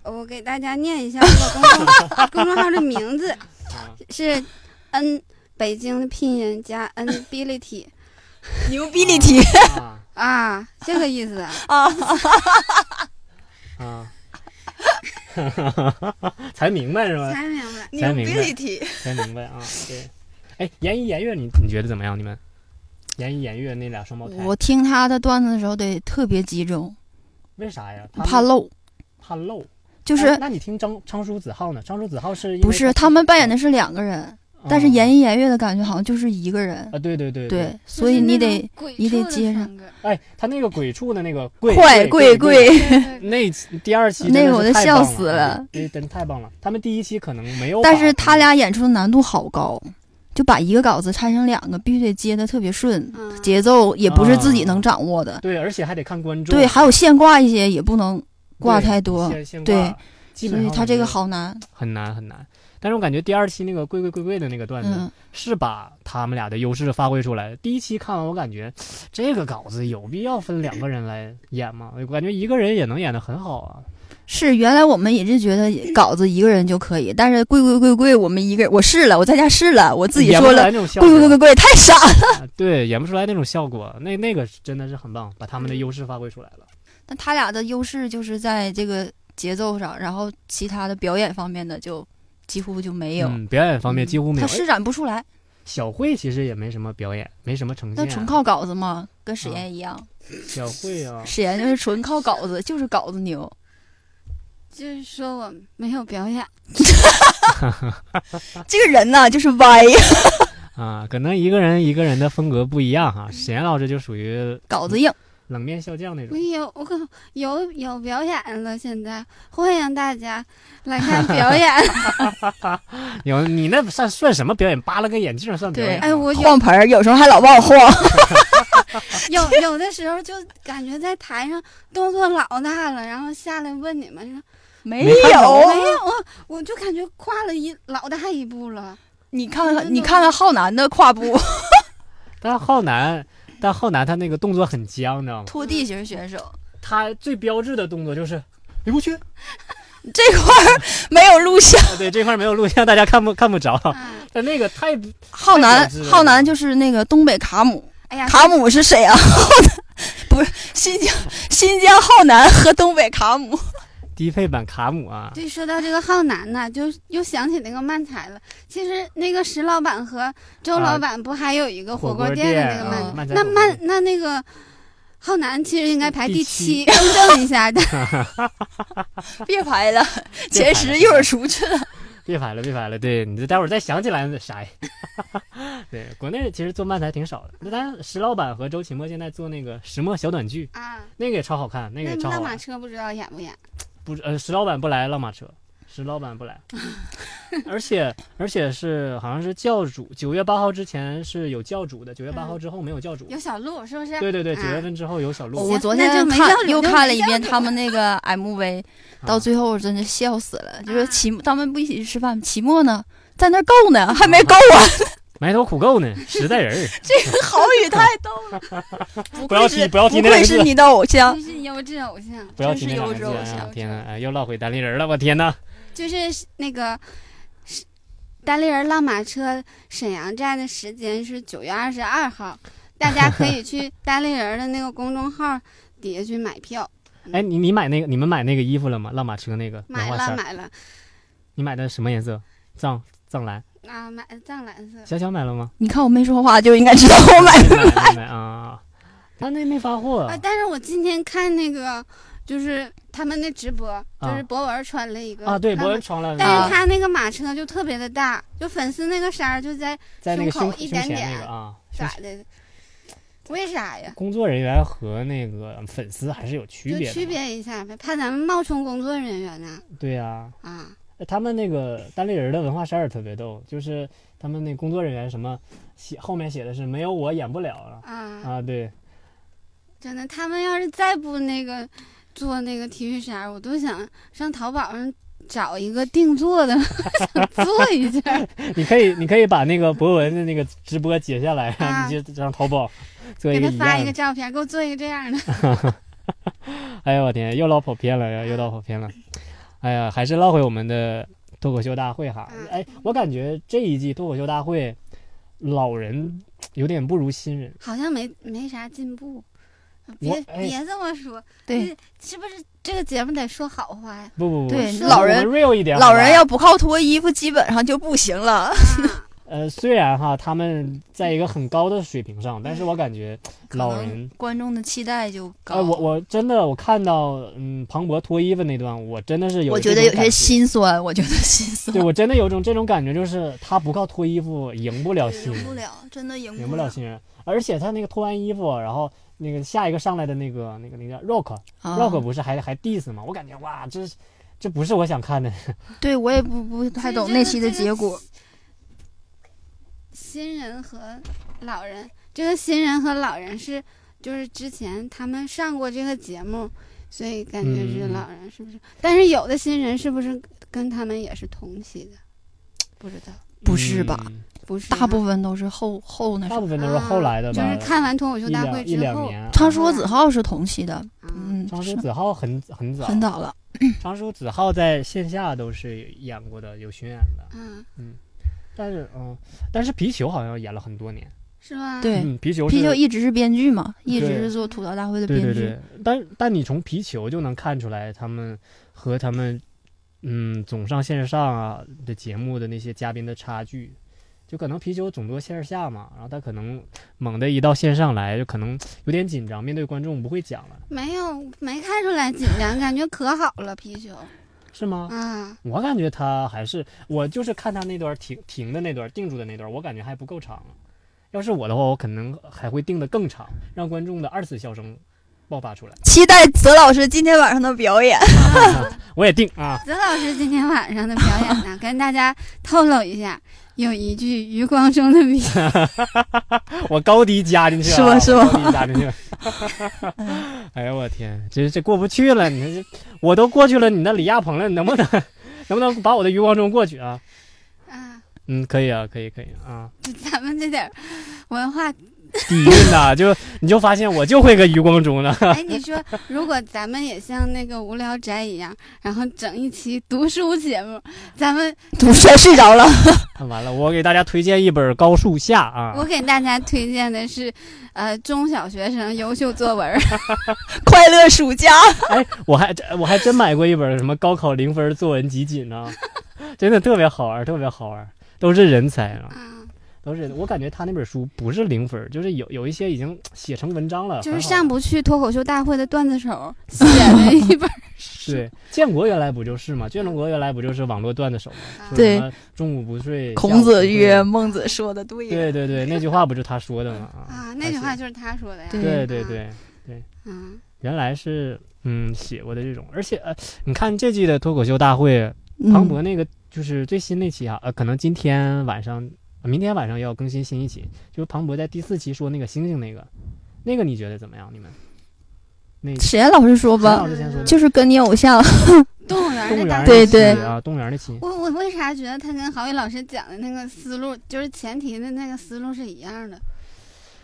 Speaker 5: 我给大家念一下这个公众公众号的名字
Speaker 3: 啊
Speaker 5: 是 N 北京的拼音加 N ability
Speaker 4: 牛逼力提
Speaker 3: 啊
Speaker 5: 啊，这个意思啊。
Speaker 4: 啊！
Speaker 3: 啊， 才明白是吧？
Speaker 5: 才明白，
Speaker 3: 才明白
Speaker 4: 提，
Speaker 3: 才明白啊，对。哎，言一言月，你你觉得怎么样？你们言一言月那俩双胞胎，
Speaker 4: 我听他的段子的时候得特别集中，
Speaker 3: 为啥呀？他们
Speaker 4: 怕漏。
Speaker 3: 怕漏，
Speaker 4: 就
Speaker 3: 哎
Speaker 4: 是
Speaker 3: 那你听张张叔子浩呢？张叔子浩是因
Speaker 4: 不
Speaker 3: 为
Speaker 4: 是他们扮演的是两个人，但是
Speaker 3: 嗯
Speaker 4: 言一言月的感觉好像就是一个人，
Speaker 3: 啊，对对对
Speaker 4: 对，所以你得你得接上
Speaker 5: 上。
Speaker 3: 哎，他那个鬼畜的那个贵
Speaker 4: 快
Speaker 3: 贵
Speaker 4: 贵
Speaker 3: 贵，
Speaker 4: 贵，
Speaker 5: 对 对对
Speaker 3: 那期第二期
Speaker 4: 那个我
Speaker 3: 都
Speaker 4: 都笑死
Speaker 3: 了
Speaker 4: 了，
Speaker 3: 对，真太棒了。他们第一期可能没有把，
Speaker 4: 但是他俩演出的难度好高，就把一个稿子拆成两个，必须得接的特别顺，
Speaker 5: 嗯
Speaker 4: 节奏也不是自
Speaker 3: 啊
Speaker 4: 己能掌握的。
Speaker 3: 对，而且还得看观众，
Speaker 4: 对，还有现挂一些也不能挂
Speaker 3: 对
Speaker 4: 太多，
Speaker 3: 先先挂
Speaker 4: 对
Speaker 3: 基
Speaker 4: 所
Speaker 3: 本
Speaker 4: 以
Speaker 3: 上
Speaker 4: 他这个
Speaker 3: 我觉得
Speaker 4: 好难。
Speaker 3: 很难很难。但是我感觉第二期那个贵贵贵贵的那个段子
Speaker 4: 嗯，
Speaker 3: 是把他们俩的优势发挥出来。第一期看完，我感觉 这个稿子有必要分两个人来演吗？我感觉一个人也能演得很好啊。
Speaker 4: 是原来我们也是觉得稿子一个人就可以，但是贵贵贵贵，我们一个人我试了，我在家试了，我自己
Speaker 3: 演不
Speaker 4: 说
Speaker 3: 出
Speaker 4: 了
Speaker 3: 来，那种效
Speaker 4: 贵
Speaker 3: 果，
Speaker 4: 贵贵贵贵太傻了。
Speaker 3: 啊对，演不出来那种效果。那那个是真的是很棒，把他们的优势发挥出来了。
Speaker 4: 但他俩的优势就是在这个节奏上，然后其他的表演方面的就几乎就没有，
Speaker 3: 嗯，表演方面
Speaker 4: 嗯
Speaker 3: 几乎没有。
Speaker 4: 他
Speaker 3: 哎
Speaker 4: 施展不出来。
Speaker 3: 小慧其实也没什么表演，没什么呈现
Speaker 4: 那
Speaker 3: 啊。
Speaker 4: 纯靠稿子嘛，跟史
Speaker 3: 啊
Speaker 4: 岩一样，
Speaker 3: 小慧啊，
Speaker 4: 史岩就是纯靠稿子，就是稿子牛。
Speaker 5: 就是说我没有表演，
Speaker 4: 这个人呐、就是歪，
Speaker 3: 啊，可能一个人一个人的风格不一样哈。史岩老师就属于
Speaker 4: 稿 子硬。
Speaker 3: 冷面笑匠那
Speaker 5: 我
Speaker 3: 种。
Speaker 4: 嗯
Speaker 5: 有我可有有表演了。现在欢迎大家来看表演。
Speaker 3: 有你那算算什么表演？扒拉个眼镜算表演吗？
Speaker 5: 哎，我有
Speaker 4: 晃盆儿，有时候还老往我晃。
Speaker 5: 有有的时候就感觉在台上动作老大了，然后下来问你们说
Speaker 4: 没
Speaker 3: 没看
Speaker 4: 有，
Speaker 5: 没有啊，我就感觉跨了一老大一步了。
Speaker 4: 你看看，你看看浩南的胯 部，
Speaker 3: 但浩南，但浩南他那个动作很僵，你知道吗？
Speaker 4: 拖地型选手，
Speaker 3: 他最标志的动作就是，哎我去，
Speaker 4: 这块儿没有录 像。
Speaker 3: 对，这块没有录像，大家看不看不着。
Speaker 5: 嗯
Speaker 3: 但那个太
Speaker 4: 浩南
Speaker 3: 太简直，了
Speaker 4: 浩南就是那个东北卡姆，
Speaker 5: 哎呀，
Speaker 4: 卡姆是沈阳，浩南不是新疆，新疆浩南和东北卡 姆。
Speaker 3: 低配版卡姆啊，
Speaker 5: 对，说到这个浩南呢，就又想起那个漫才了。其实那个石老板和周老板不还有一个火锅店的那个
Speaker 4: 火锅
Speaker 5: 漫
Speaker 4: 店
Speaker 3: 啊漫才
Speaker 5: 才？那
Speaker 3: 火锅
Speaker 5: 漫那那个浩南其实应该排
Speaker 3: 第
Speaker 5: 第
Speaker 3: 七
Speaker 5: 七，更正 一下的。
Speaker 4: 别拍了，
Speaker 3: 别拍了
Speaker 4: 前十一会儿出去了。
Speaker 3: 别拍了，别拍了。对你这待会儿再想起来那啥呀？对，国内其实做漫才挺少的。那咱石老板和周奇墨现在做那个石墨小短剧，
Speaker 5: 啊，
Speaker 3: 那个也超好看，那个
Speaker 5: 那
Speaker 3: 也超好啊
Speaker 5: 那马
Speaker 3: 玩。
Speaker 5: 车不知道演不演？
Speaker 3: 不，呃，石老板不来，浪马车，石老板不来。而且而且是好像是教主，九月八号之前是有教主的，九月八号之后没有教主。
Speaker 5: 有小鹿是不是？
Speaker 3: 对对对，
Speaker 5: 啊
Speaker 3: 九月份之后有小鹿。
Speaker 4: 我昨天
Speaker 5: 那就没交
Speaker 4: 看
Speaker 5: 流
Speaker 4: 又
Speaker 5: 就没
Speaker 4: 看了一遍
Speaker 5: 交流
Speaker 4: 他们那个 MV，到
Speaker 3: 啊
Speaker 4: 最后我真的笑死了。就是期末他们不一起吃饭，期末呢在那儿够呢，还没够完。
Speaker 3: 埋头苦够呢，实在人儿。
Speaker 4: 这个郝宇太逗 了，不
Speaker 3: 不要
Speaker 4: 愧
Speaker 3: 提
Speaker 4: 是
Speaker 3: 不要提那
Speaker 4: 愧
Speaker 3: 两个
Speaker 4: 是
Speaker 3: 字
Speaker 4: 你的偶像。
Speaker 5: 真是优质偶像，
Speaker 3: 不要
Speaker 4: 真
Speaker 3: 提那
Speaker 4: 是
Speaker 3: 两
Speaker 4: 优
Speaker 3: 个
Speaker 4: 质
Speaker 3: 字
Speaker 4: 偶
Speaker 3: 啊！
Speaker 4: 像
Speaker 3: 天呐，哎又绕回单立人了，我天呐。
Speaker 5: 就是那个是单立人浪马车沈阳站的时间是九月二十二号，大家可 以去单立人的那个公众号底下去买票。
Speaker 3: 哎，你你买那个，你们买那个衣服了吗？浪马车那个棉
Speaker 5: 嗯买
Speaker 3: 花
Speaker 5: 了
Speaker 3: 衫，
Speaker 5: 买了
Speaker 3: 你买的什么颜色？藏藏蓝。
Speaker 5: 啊，买藏蓝色。
Speaker 3: 小小买了吗？
Speaker 4: 你看我没说话就应该知道我买
Speaker 3: 没买没买 啊！他那没发货
Speaker 5: 啊，但是我今天看那个就是他们的直播，就是博文穿了一个
Speaker 3: 啊！对，
Speaker 5: 浪
Speaker 3: 博
Speaker 5: 马
Speaker 3: 文穿了，
Speaker 5: 但是他那个马车就特别的大，就粉丝那个衫儿就在
Speaker 3: 在那个
Speaker 5: 胸
Speaker 3: 胸
Speaker 5: 口一
Speaker 3: 胸
Speaker 5: 点
Speaker 3: 前那
Speaker 5: 点
Speaker 3: 个啊。胸
Speaker 5: 咋的？为啥呀？
Speaker 3: 工作人员和那个粉丝还是有区
Speaker 5: 就
Speaker 3: 别的。
Speaker 5: 区别一下呗，怕咱们冒充工作人员呢
Speaker 3: 对呀、
Speaker 5: 啊！
Speaker 3: 他们那个单立人的文化衫儿特别逗，就是他们那工作人员什么写后面写的是没有我演不了了
Speaker 5: 啊，
Speaker 3: 啊，对，
Speaker 5: 真的，他们要是再不那个做那个 T 恤衫儿，我都想上淘宝上找一个定做的， 想做一件儿。
Speaker 3: 你可以，你可以把那个博文的那个直播截下来，
Speaker 5: 啊
Speaker 3: 你就让淘宝做一
Speaker 5: 给
Speaker 3: 个
Speaker 5: 他
Speaker 3: 一
Speaker 5: 发一
Speaker 3: 样
Speaker 5: 个
Speaker 3: 的。
Speaker 5: 照片，给我做一个这样的。
Speaker 3: 哎呦我天，又唠跑偏了呀，又唠跑偏
Speaker 4: 啊
Speaker 3: 了。哎呀，还是唠回我们的脱口秀大会哈。
Speaker 4: 啊
Speaker 5: 嗯
Speaker 3: 哎，我感觉这一季脱口秀大会，老人有点不如新人。
Speaker 5: 好像没没啥进步，啊别
Speaker 3: 哎
Speaker 5: 别这么说，
Speaker 4: 对
Speaker 5: 是不是这个节目得说好 话呀？
Speaker 3: 不不不，
Speaker 4: 对
Speaker 3: 是
Speaker 4: 老人
Speaker 3: 我们 real 一点，
Speaker 4: 老
Speaker 3: 好吧
Speaker 4: 人啊要不靠脱衣服，基本上就不行了。
Speaker 5: 啊
Speaker 3: 呃，虽然哈他们在一个很高的水平上，但是我感觉老
Speaker 4: 可
Speaker 3: 人
Speaker 4: 能。观众的期待就高。
Speaker 3: 哎，我我真的我看到，嗯，庞博脱衣服那段，我真的是有
Speaker 4: 我觉
Speaker 3: 这
Speaker 4: 得
Speaker 3: 种
Speaker 4: 有
Speaker 3: 感
Speaker 4: 些心酸，我觉得心酸
Speaker 3: 对，我真的有种这种感觉，就是他不靠脱衣服赢
Speaker 5: 啊
Speaker 3: 不了新
Speaker 4: 赢不
Speaker 3: 人，
Speaker 4: 了，真的赢
Speaker 3: 赢不了新人。而且他那个脱完衣服，然后那个下一个上来的那个那个那个叫 Rock、
Speaker 4: 啊
Speaker 3: Rock 不是还还 diss 吗？我感觉哇，这是这不是我想看的。
Speaker 4: 对我也不不太懂那期的结果。
Speaker 5: 新人和老人，这个新人和老人是就是之前他们上过这个节目，所以感觉是老人是不是？但是有的新人是不是跟他们也是同期的？不知道，
Speaker 4: 不是吧
Speaker 3: 嗯
Speaker 5: 不是啊，
Speaker 4: 大部分都是后后那什
Speaker 3: 大
Speaker 4: 么。
Speaker 3: 部分都是后来的吧，
Speaker 5: 啊就是看完脱口秀
Speaker 3: 一
Speaker 5: 大会
Speaker 3: 两一
Speaker 5: 之
Speaker 3: 两
Speaker 5: 后，
Speaker 3: 年。
Speaker 4: 他说子浩是同期的，
Speaker 5: 嗯，
Speaker 4: 嗯，
Speaker 3: 常叔
Speaker 4: 是
Speaker 3: 子浩很很早，
Speaker 4: 很早了。
Speaker 3: 常叔子浩在线下都是演过的，有巡演的。
Speaker 5: 嗯，
Speaker 3: 但是嗯，但是皮球好像演了很多年。
Speaker 5: 是吧？，
Speaker 4: 对，
Speaker 3: 嗯，皮球是
Speaker 4: 啤酒一直是编剧嘛，一直
Speaker 3: 对
Speaker 4: 是做吐槽大会的
Speaker 3: 对对
Speaker 4: 编
Speaker 3: 对
Speaker 4: 剧。，
Speaker 3: 但但你从皮球就能看出来，他们和他们嗯总上线上啊的节目的那些嘉宾的差距，就可能皮球总做线下嘛，然后他可能猛的一到线上来，就可能有点紧张，面对观众不会讲了，
Speaker 5: 没有没看出来紧张，感觉可好了，啤酒
Speaker 3: 是吗？
Speaker 5: 啊，
Speaker 3: 我感觉他还是我就是看他那段停停的那段定住的那段，我感觉还不够长。要是我的话，我可能还会定的更长，让观众的二次笑声爆发出来。
Speaker 4: 期待泽老师今天晚上的表演。
Speaker 3: 我也定啊。
Speaker 5: 泽老师今天晚上的表演呢，跟大家透露一下，有一句余光中的名言
Speaker 3: 我高低加进去、啊，
Speaker 4: 是吧是吧
Speaker 3: 我高低加进去。 哎呦我天，这这过不去了，你这我都过去了，你那李亚鹏了，你能不 能能不能把我的余光中过去啊？
Speaker 5: 啊。
Speaker 3: 嗯，可以啊，可以可以啊。
Speaker 5: 咱们这点儿文化
Speaker 3: 底蕴呐， 就你就发现我就会个余光中了。
Speaker 5: 哎，你说如果咱们也像那个无聊宅一样，然后整一期读书节目，咱们
Speaker 4: 赌神睡着了，
Speaker 3: 完了，我给大家推荐一本《高树下》啊
Speaker 5: 我，给大家推荐的是，呃，中小学生优秀作 文儿，
Speaker 4: 快乐暑假。
Speaker 3: 哎，我还真我还真买过一本什么高考零分作文集锦呢， 真的特别好玩，特别好玩，都是人才啊，
Speaker 5: 啊，
Speaker 3: 都是我感觉他那本书不是零分，就是有有一些已经写成文章了，
Speaker 5: 就
Speaker 3: 很
Speaker 5: 是
Speaker 3: 好
Speaker 5: 上不去脱口秀大会的段子手写的一本儿
Speaker 3: 对，建国原来不就是嘛？建国原来不就是网络段子手吗？
Speaker 5: 啊
Speaker 3: 说
Speaker 4: 对
Speaker 3: 什么中午不睡，下
Speaker 4: 孔
Speaker 3: 午不
Speaker 4: 子
Speaker 3: 睡
Speaker 4: 曰：“孟子说的对。”
Speaker 3: 对对对，那句话不就是他说的吗？
Speaker 5: 啊，那句
Speaker 3: 他
Speaker 5: 话
Speaker 3: 写
Speaker 5: 就是嗯他说的呀，
Speaker 4: 对
Speaker 3: 对对对，
Speaker 5: 嗯，
Speaker 3: 原来是嗯写过的这种，而且呃，你看这季的脱口秀大会，
Speaker 4: 嗯
Speaker 3: 庞博那个就是最新那期啊，呃，可能今天晚上、呃明天晚上要更新新一期，就是庞博在第四期说那个星星那个，那个你觉得怎么样？你们？那
Speaker 4: 史岩老师说
Speaker 3: 陈
Speaker 4: 吧
Speaker 3: 老，师先说吧，
Speaker 4: 就是跟你偶像，
Speaker 3: 嗯
Speaker 5: 动物园
Speaker 3: 动
Speaker 5: 儿
Speaker 3: 物园
Speaker 5: 的大
Speaker 3: 那
Speaker 4: 对
Speaker 3: 期
Speaker 4: 对
Speaker 3: 啊，动物园那期，
Speaker 5: 我我为啥觉得他跟郝宇老师讲的那个思路，就是前提的那个思路是一样的，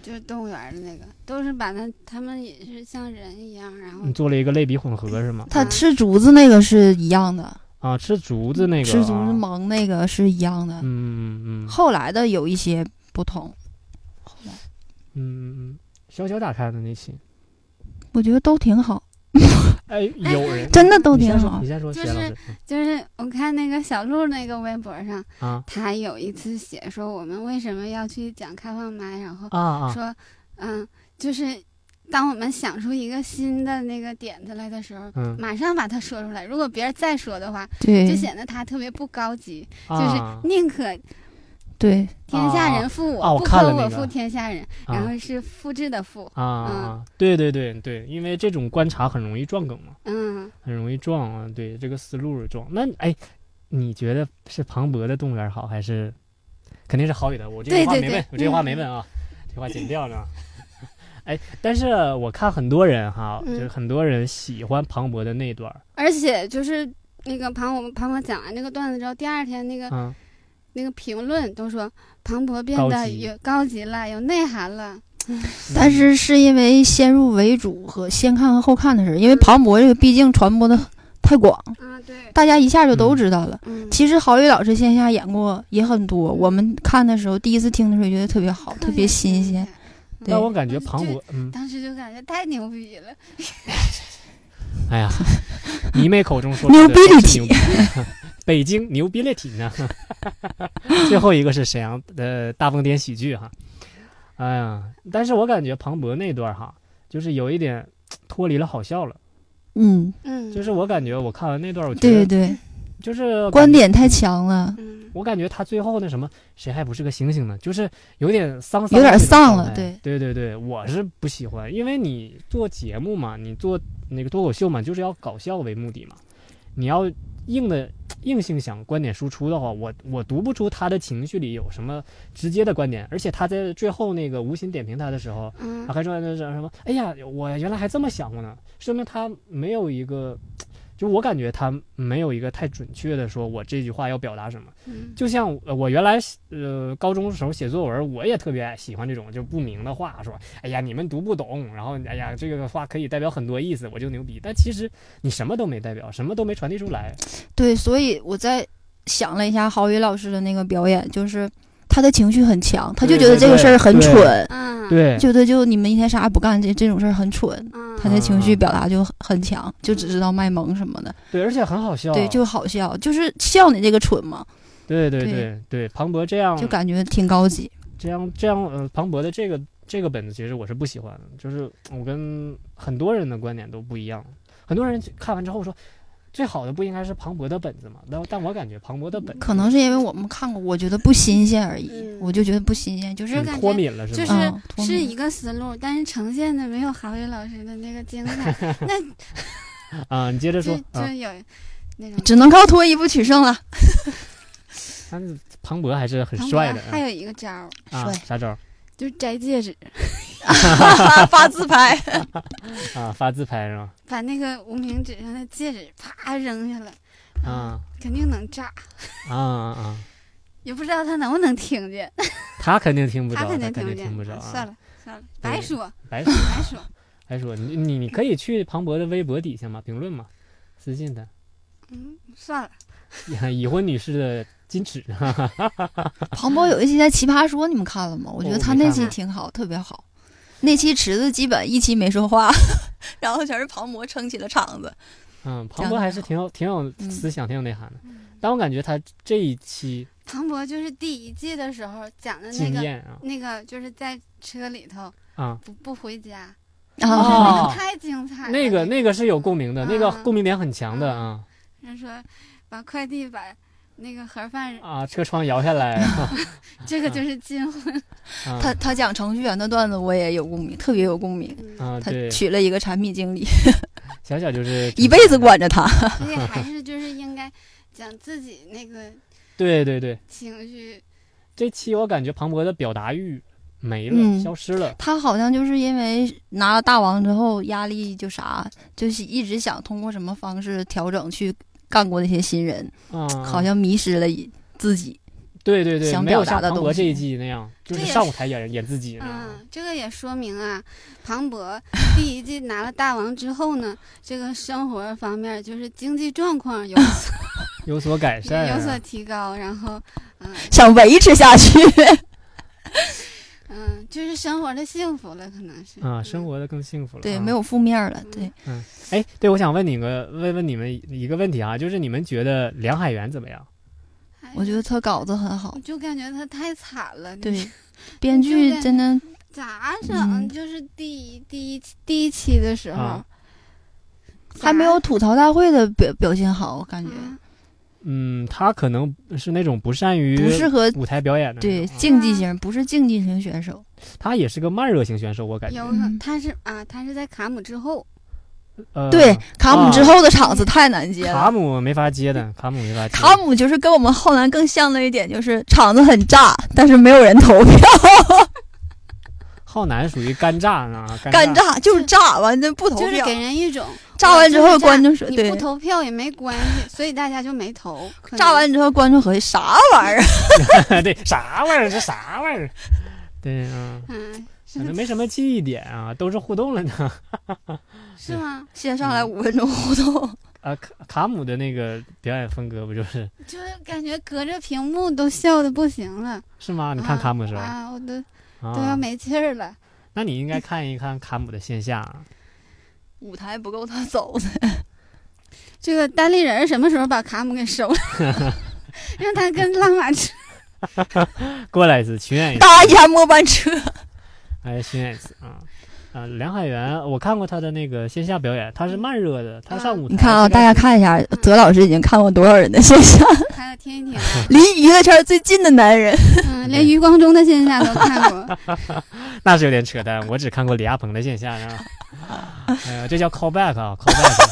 Speaker 5: 就是动物园的那个，都是把他他们也是像人一样，然后
Speaker 3: 你做了一个类比混合是吗？
Speaker 4: 他吃竹子那个是一样的，
Speaker 3: 啊，吃竹子那个，
Speaker 4: 吃竹
Speaker 3: 啊
Speaker 4: 子忙那个是一样的
Speaker 3: 嗯，嗯嗯嗯
Speaker 4: 后来的有一些不同。
Speaker 3: 嗯嗯，嗯，小小打开的那期，
Speaker 4: 我觉得都挺好，
Speaker 3: 哎，有人
Speaker 4: 真的都
Speaker 3: 你
Speaker 4: 挺
Speaker 3: 先说
Speaker 4: 好
Speaker 3: 你。先说，
Speaker 5: 就
Speaker 3: 谢老
Speaker 5: 是
Speaker 3: 师嗯
Speaker 5: 就是我看那个小鹿那个微博上，
Speaker 3: 啊
Speaker 5: 他有一次写说我们为什么要去讲开放麦，然后
Speaker 3: 啊啊，
Speaker 5: 说，嗯，就是当我们想出一个新的那个点子来的时候。
Speaker 3: 嗯，
Speaker 5: 马上把它说出来，如果别人再说的话，就
Speaker 4: 对
Speaker 5: 显得他特别不高级，
Speaker 3: 啊
Speaker 5: 就是宁可
Speaker 4: 对，
Speaker 3: 嗯
Speaker 5: 天下人负我，
Speaker 3: 啊啊我
Speaker 5: 不
Speaker 3: 看了
Speaker 5: 可
Speaker 3: 那
Speaker 5: 我
Speaker 3: 个
Speaker 5: 负天下人。
Speaker 3: 啊
Speaker 5: 然后是复制的复，
Speaker 3: 啊啊，对对对对，因为这种观察很容易撞梗嘛，
Speaker 5: 嗯，
Speaker 3: 很容易撞啊，对这个思路撞。那你哎，你觉得是庞博的动物园好还是？肯定是好宇的，我这
Speaker 5: 对
Speaker 3: 句话
Speaker 5: 对
Speaker 3: 没
Speaker 5: 对嗯
Speaker 3: 问，我这句话没问啊，这话剪掉呢。哎，但是我看很多人哈，
Speaker 5: 嗯
Speaker 3: 就是很多人喜欢庞博的那段儿，
Speaker 5: 而且就是那个庞我们庞博讲完这个段子之后，第二天那个、
Speaker 3: 嗯，
Speaker 5: 那个评论都说庞博变
Speaker 3: 高
Speaker 5: 得
Speaker 3: 级
Speaker 5: 有高级了，有内涵了。
Speaker 4: 但是是因为先入为主和先看和后看的事儿，因为庞博这个毕竟传播的太广，
Speaker 5: 啊，对，
Speaker 4: 大家一下就都知道了。
Speaker 5: 嗯，
Speaker 4: 其实郝宇老师线下演过也很多，我们看的时候第一次听的时候觉得特别好，特别新鲜。。对
Speaker 3: 但，我感觉庞博，嗯，
Speaker 5: 当时就感觉太牛逼了，
Speaker 3: 哎 呀，迷妹口中说
Speaker 4: 牛
Speaker 3: 的
Speaker 4: 逼
Speaker 3: 都
Speaker 4: 立
Speaker 3: 是
Speaker 4: 体
Speaker 3: 牛逼， 北京牛逼立体呢。 最后一个是沈阳的大风天喜剧哈，哎呀，但是我感觉庞博那段哈，就是有一点脱离了好笑了，
Speaker 4: 嗯，
Speaker 5: 嗯，
Speaker 3: 就是是我感觉我看完那段，我觉
Speaker 4: 对
Speaker 3: 得
Speaker 4: 对，
Speaker 3: 就是
Speaker 4: 观，点太强了，
Speaker 5: 嗯，
Speaker 3: 我感觉他最后那什么，谁还不是个星星呢？就是有点丧丧的
Speaker 4: 有点
Speaker 3: 那种
Speaker 4: 丧了
Speaker 3: 状态哎
Speaker 4: 对
Speaker 3: 对对对，我是不喜欢，因为你做节目嘛，你做那个脱口秀嘛，就是要搞笑为目的嘛。你要硬的硬性想观点输出的话，我我读不出他的情绪里有什么直接的观点，而且他在最后那个无心点评他的时候，
Speaker 5: 嗯
Speaker 3: 他还说那是什么？哎呀，我原来还这么想过呢，说明他没有一个，就我感觉他没有一个太准确的说我这句话要表达什么。
Speaker 5: 嗯
Speaker 3: 就像呃我原来呃高中时候写作文，我也特别爱喜欢这种就不明的话，说哎呀你们读不懂，然后哎呀这个话可以代表很多意思，我就牛逼。但其实你什么都没代表，什么都没传递出来。
Speaker 4: 对，所以我在想了一下郝宇老师的那个表演，就是他的情绪很强，他就觉得这个事儿很
Speaker 3: 对对
Speaker 4: 蠢，
Speaker 3: 对
Speaker 5: 嗯，
Speaker 3: 对，
Speaker 4: 觉得就你们一天啥也不干，这这种事儿很蠢。
Speaker 5: 嗯，
Speaker 4: 他
Speaker 3: 在
Speaker 4: 的情绪表达就很很强，就只知道卖萌什么的，
Speaker 3: 对，而且很好笑。
Speaker 4: 对，就好笑，就是笑你这个蠢嘛，
Speaker 3: 对对
Speaker 4: 对
Speaker 3: 对对，庞博这样
Speaker 4: 就感觉挺高级。
Speaker 3: 这样这样，呃，庞博的这个这个本子其实我是不喜欢的，就是我跟很多人的观点都不一样。很多人看完之后说，最好的不应该是庞博的本子吗？但但我感觉庞博的本
Speaker 4: 可能是因为我们看过，我觉得不新鲜而已，
Speaker 5: 嗯
Speaker 4: 我就觉得不新鲜，就是
Speaker 5: 是
Speaker 3: 挺
Speaker 5: 感
Speaker 3: 脱
Speaker 5: 觉
Speaker 3: 敏了，是
Speaker 5: 就
Speaker 3: 吗？
Speaker 5: 是
Speaker 4: 嗯脱
Speaker 5: 是
Speaker 4: 敏
Speaker 5: 一个思路，但是呈现的没有郝宇老师的那个 精彩。那
Speaker 3: 啊，你接着
Speaker 5: 就
Speaker 3: 说
Speaker 5: 就
Speaker 3: 啊，
Speaker 5: 有那种
Speaker 4: 只能靠脱衣服取胜了。
Speaker 3: 但是庞博还是很
Speaker 5: 唐伯
Speaker 3: 帅的
Speaker 5: 还有一个招儿，
Speaker 3: 啊啊，
Speaker 4: 帅
Speaker 3: 啥招儿
Speaker 5: 就是摘戒指，
Speaker 4: 发自 拍，
Speaker 3: 啊？发自拍是吗？
Speaker 5: 把那个无名指上的戒指啪扔下来，嗯
Speaker 3: 啊
Speaker 5: 肯定能炸，
Speaker 3: 啊啊啊！
Speaker 5: 也不知道他能不能听见，
Speaker 3: 他肯定听不着，
Speaker 5: 肯定
Speaker 3: 肯
Speaker 5: 不
Speaker 3: 听不着
Speaker 5: 啊算
Speaker 3: 啊。
Speaker 5: 了，算了，白 说
Speaker 3: 白
Speaker 5: 白说。
Speaker 3: 白说，你你你可以去庞博的微博底下嘛评论嘛，私信他。
Speaker 5: 嗯，算了，
Speaker 3: 已婚女士的矜持， 哈哈
Speaker 4: 庞博有一期在《奇葩说》，你们看了吗？我觉得他那
Speaker 3: 哦
Speaker 4: 期
Speaker 3: 我没看
Speaker 4: 挺好，特别好。那期池子基本一期没说话， 然后全是庞博撑起了场子。
Speaker 3: 嗯，庞博还是挺有挺有
Speaker 4: 嗯
Speaker 3: 思想、挺有内涵的。但我感觉他这一期
Speaker 5: 庞博就是第一季的时候讲的那
Speaker 3: 经
Speaker 5: 个
Speaker 3: 验啊
Speaker 5: 那个，就是在车里头
Speaker 3: 啊，
Speaker 5: 不不回家，
Speaker 3: 哦
Speaker 5: 太精彩了。
Speaker 3: 那个那个是有共鸣的，那个
Speaker 5: 啊
Speaker 3: 共鸣点很强的啊
Speaker 5: 人说把快递把那个盒饭，
Speaker 3: 啊，车窗摇下来，啊
Speaker 5: 这个就是 金婚。
Speaker 3: 啊
Speaker 4: 他他讲程序员的段子，我也有共鸣，特别有共鸣。
Speaker 5: 嗯，
Speaker 3: 啊
Speaker 4: 他
Speaker 3: 对，
Speaker 4: 娶了一个产品经理，
Speaker 3: 小小就是
Speaker 4: 一辈子管着他。
Speaker 5: 所以还是就是应该讲自己那个
Speaker 3: 对对对，
Speaker 5: 情绪。
Speaker 3: 这期我感觉庞博的表达欲没了，
Speaker 4: 嗯
Speaker 3: 消失了。
Speaker 4: 他好像就是因为拿了大王之后，压力就啥，就是一直想通过什么方式调整去干过那些新人，
Speaker 3: 啊，
Speaker 4: 好像迷失了自己。
Speaker 3: 对对对，
Speaker 4: 想
Speaker 3: 没有
Speaker 4: 表达
Speaker 3: 像
Speaker 4: 的
Speaker 3: 庞博
Speaker 4: 东
Speaker 3: 这一
Speaker 4: 西
Speaker 3: 季那样，就是
Speaker 5: 这也
Speaker 3: 上
Speaker 5: 是
Speaker 3: 舞台演演自己那样。
Speaker 5: 嗯，这个也说明啊，庞博第一季拿了大王之后呢，这个生活方面就是经济状况有所
Speaker 3: 有所改善、啊，
Speaker 5: 有所提高，然后嗯
Speaker 4: 想维持下 去，
Speaker 5: 嗯，就是生活的幸福了，可能是
Speaker 3: 啊，生活的更幸福了。
Speaker 4: 对，
Speaker 3: 啊
Speaker 4: 没。有负面了，对。
Speaker 3: 哎，对，我想问你个问问你们一个问题啊，就是你们觉得梁海源怎么样？
Speaker 5: 还
Speaker 4: 我觉得他稿子很好，
Speaker 5: 哎
Speaker 3: 嗯
Speaker 5: 就感觉他太惨了，就是
Speaker 4: 对，编剧真的
Speaker 5: 咋整？
Speaker 4: 嗯
Speaker 5: 就是第一第一期第一期的时候，
Speaker 3: 啊
Speaker 5: 咋
Speaker 4: 还没有吐槽大会的表表现好，我感觉
Speaker 5: 啊
Speaker 3: 嗯，他可能是那种不善于
Speaker 4: 不适合
Speaker 3: 舞台表演的那
Speaker 4: 对
Speaker 3: 种啊，
Speaker 4: 竞技型，不是竞技型选手，
Speaker 3: 他也是个慢热型选手，我感觉。
Speaker 5: 有可能
Speaker 4: 嗯
Speaker 5: 他是啊，他是在卡姆之后，
Speaker 3: 呃，
Speaker 4: 对卡姆之
Speaker 3: 啊
Speaker 4: 后的场次太难接
Speaker 3: 卡
Speaker 4: 了。
Speaker 3: 姆没法接的，卡姆没法接。
Speaker 4: 卡姆就是跟我们浩南更像的一点，就是场子很炸，但是没有人投票，
Speaker 3: 浩南属于干炸呢，
Speaker 4: 干
Speaker 3: 炸。
Speaker 4: 炸就是炸，完了不投
Speaker 5: 就是
Speaker 4: 票，
Speaker 5: 给人一种
Speaker 4: 炸完之
Speaker 5: 我
Speaker 4: 后
Speaker 5: 就是
Speaker 4: 观众说
Speaker 5: 你
Speaker 4: 对
Speaker 5: 不，投票也没关系，所以大家就 没投。可能
Speaker 4: 炸完之后观众合计啥玩意儿，
Speaker 3: 对，啥味儿？这啥味儿？对啊，
Speaker 5: 嗯，
Speaker 3: 可能没什么记忆点啊，都是互动了呢。
Speaker 5: 是吗？
Speaker 4: 先上来五分钟互动，
Speaker 3: 啊，卡卡姆的那个表演风格不就是
Speaker 5: 就是感觉隔着屏幕都笑的不行了。
Speaker 3: 是吗？你看
Speaker 5: 啊
Speaker 3: 卡姆的时候，
Speaker 5: 啊，我都
Speaker 3: 啊
Speaker 5: 都要没气儿了。
Speaker 3: 那你应该看一看卡姆的线下啊，
Speaker 4: 舞台不够他走的，
Speaker 5: 这个单立人什么时候把卡姆 给收了？让他跟拉马车
Speaker 3: 过来一次巡演一次，
Speaker 4: 搭一下末班车，
Speaker 3: 哎，巡演一次啊。啊、梁海源，我看过他的那个线下表演，他是慢热的，他上舞台。
Speaker 4: 你看啊，大家看一下，泽老师已经看过多少人的线下，
Speaker 5: 还有听一听，啊
Speaker 4: 离娱乐圈最近的男人，
Speaker 5: 嗯，连余光中的线下都看 过。
Speaker 3: 那是有点扯淡，我只看过李亚鹏的线下 啊。哎呀，这叫 callback 啊，callback，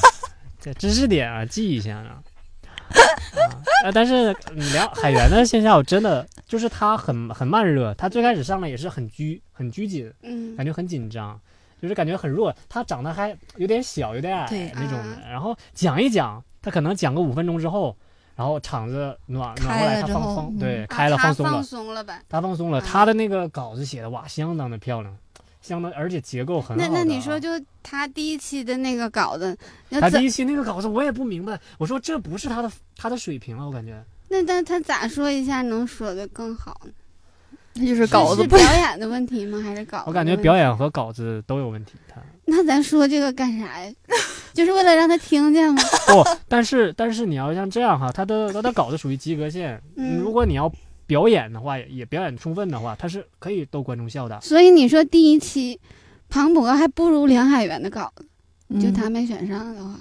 Speaker 3: 这 知识点啊，记一下啊。啊，但是嗯梁海源的线下，我真的就是他很很慢热，他最开始上来也是很拘很拘谨，
Speaker 5: 嗯，
Speaker 3: 感觉很紧张，就是感觉很弱。他长得还有点小，有点矮
Speaker 4: 对
Speaker 3: 那种的
Speaker 5: 啊。
Speaker 3: 然后讲一讲，他可能讲个五分钟之后，然后场子暖暖
Speaker 4: 开
Speaker 3: 过
Speaker 4: 了
Speaker 3: 来，他
Speaker 4: 之
Speaker 3: 放
Speaker 4: 后
Speaker 3: 松，
Speaker 4: 嗯
Speaker 3: 对，
Speaker 5: 啊
Speaker 3: 开了
Speaker 5: 他
Speaker 3: 放松了
Speaker 5: 放，松了吧？
Speaker 3: 他放松了。
Speaker 5: 啊
Speaker 3: 他的那个稿子写的哇，相当的漂亮，相当而且结构很好
Speaker 5: 那
Speaker 3: 的啊。
Speaker 5: 那你说，就他第一期的那个稿子，那
Speaker 3: 他
Speaker 5: 怎
Speaker 3: 第一期那个稿子我也不明白，我说这不是他的他的水平啊，我感觉。
Speaker 5: 那那他咋说一下能说的更好呢？
Speaker 4: 那就是稿子
Speaker 5: 是
Speaker 4: 不
Speaker 5: 表演的问题吗？还是稿子？
Speaker 3: 我感觉表。演和稿子都有问题。他
Speaker 5: 那咱说这个干啥呀？ 就是为了让他听见吗？
Speaker 3: 不，但是但是你要像这样哈，他的他的稿子属于及格线。
Speaker 5: 嗯
Speaker 3: 如果你要表演的话，也也表演充分的话，他是可以逗观众笑的。
Speaker 5: 所以你说第一期，庞博还不如梁海源的稿子，就
Speaker 4: 嗯
Speaker 5: 他没选上的话，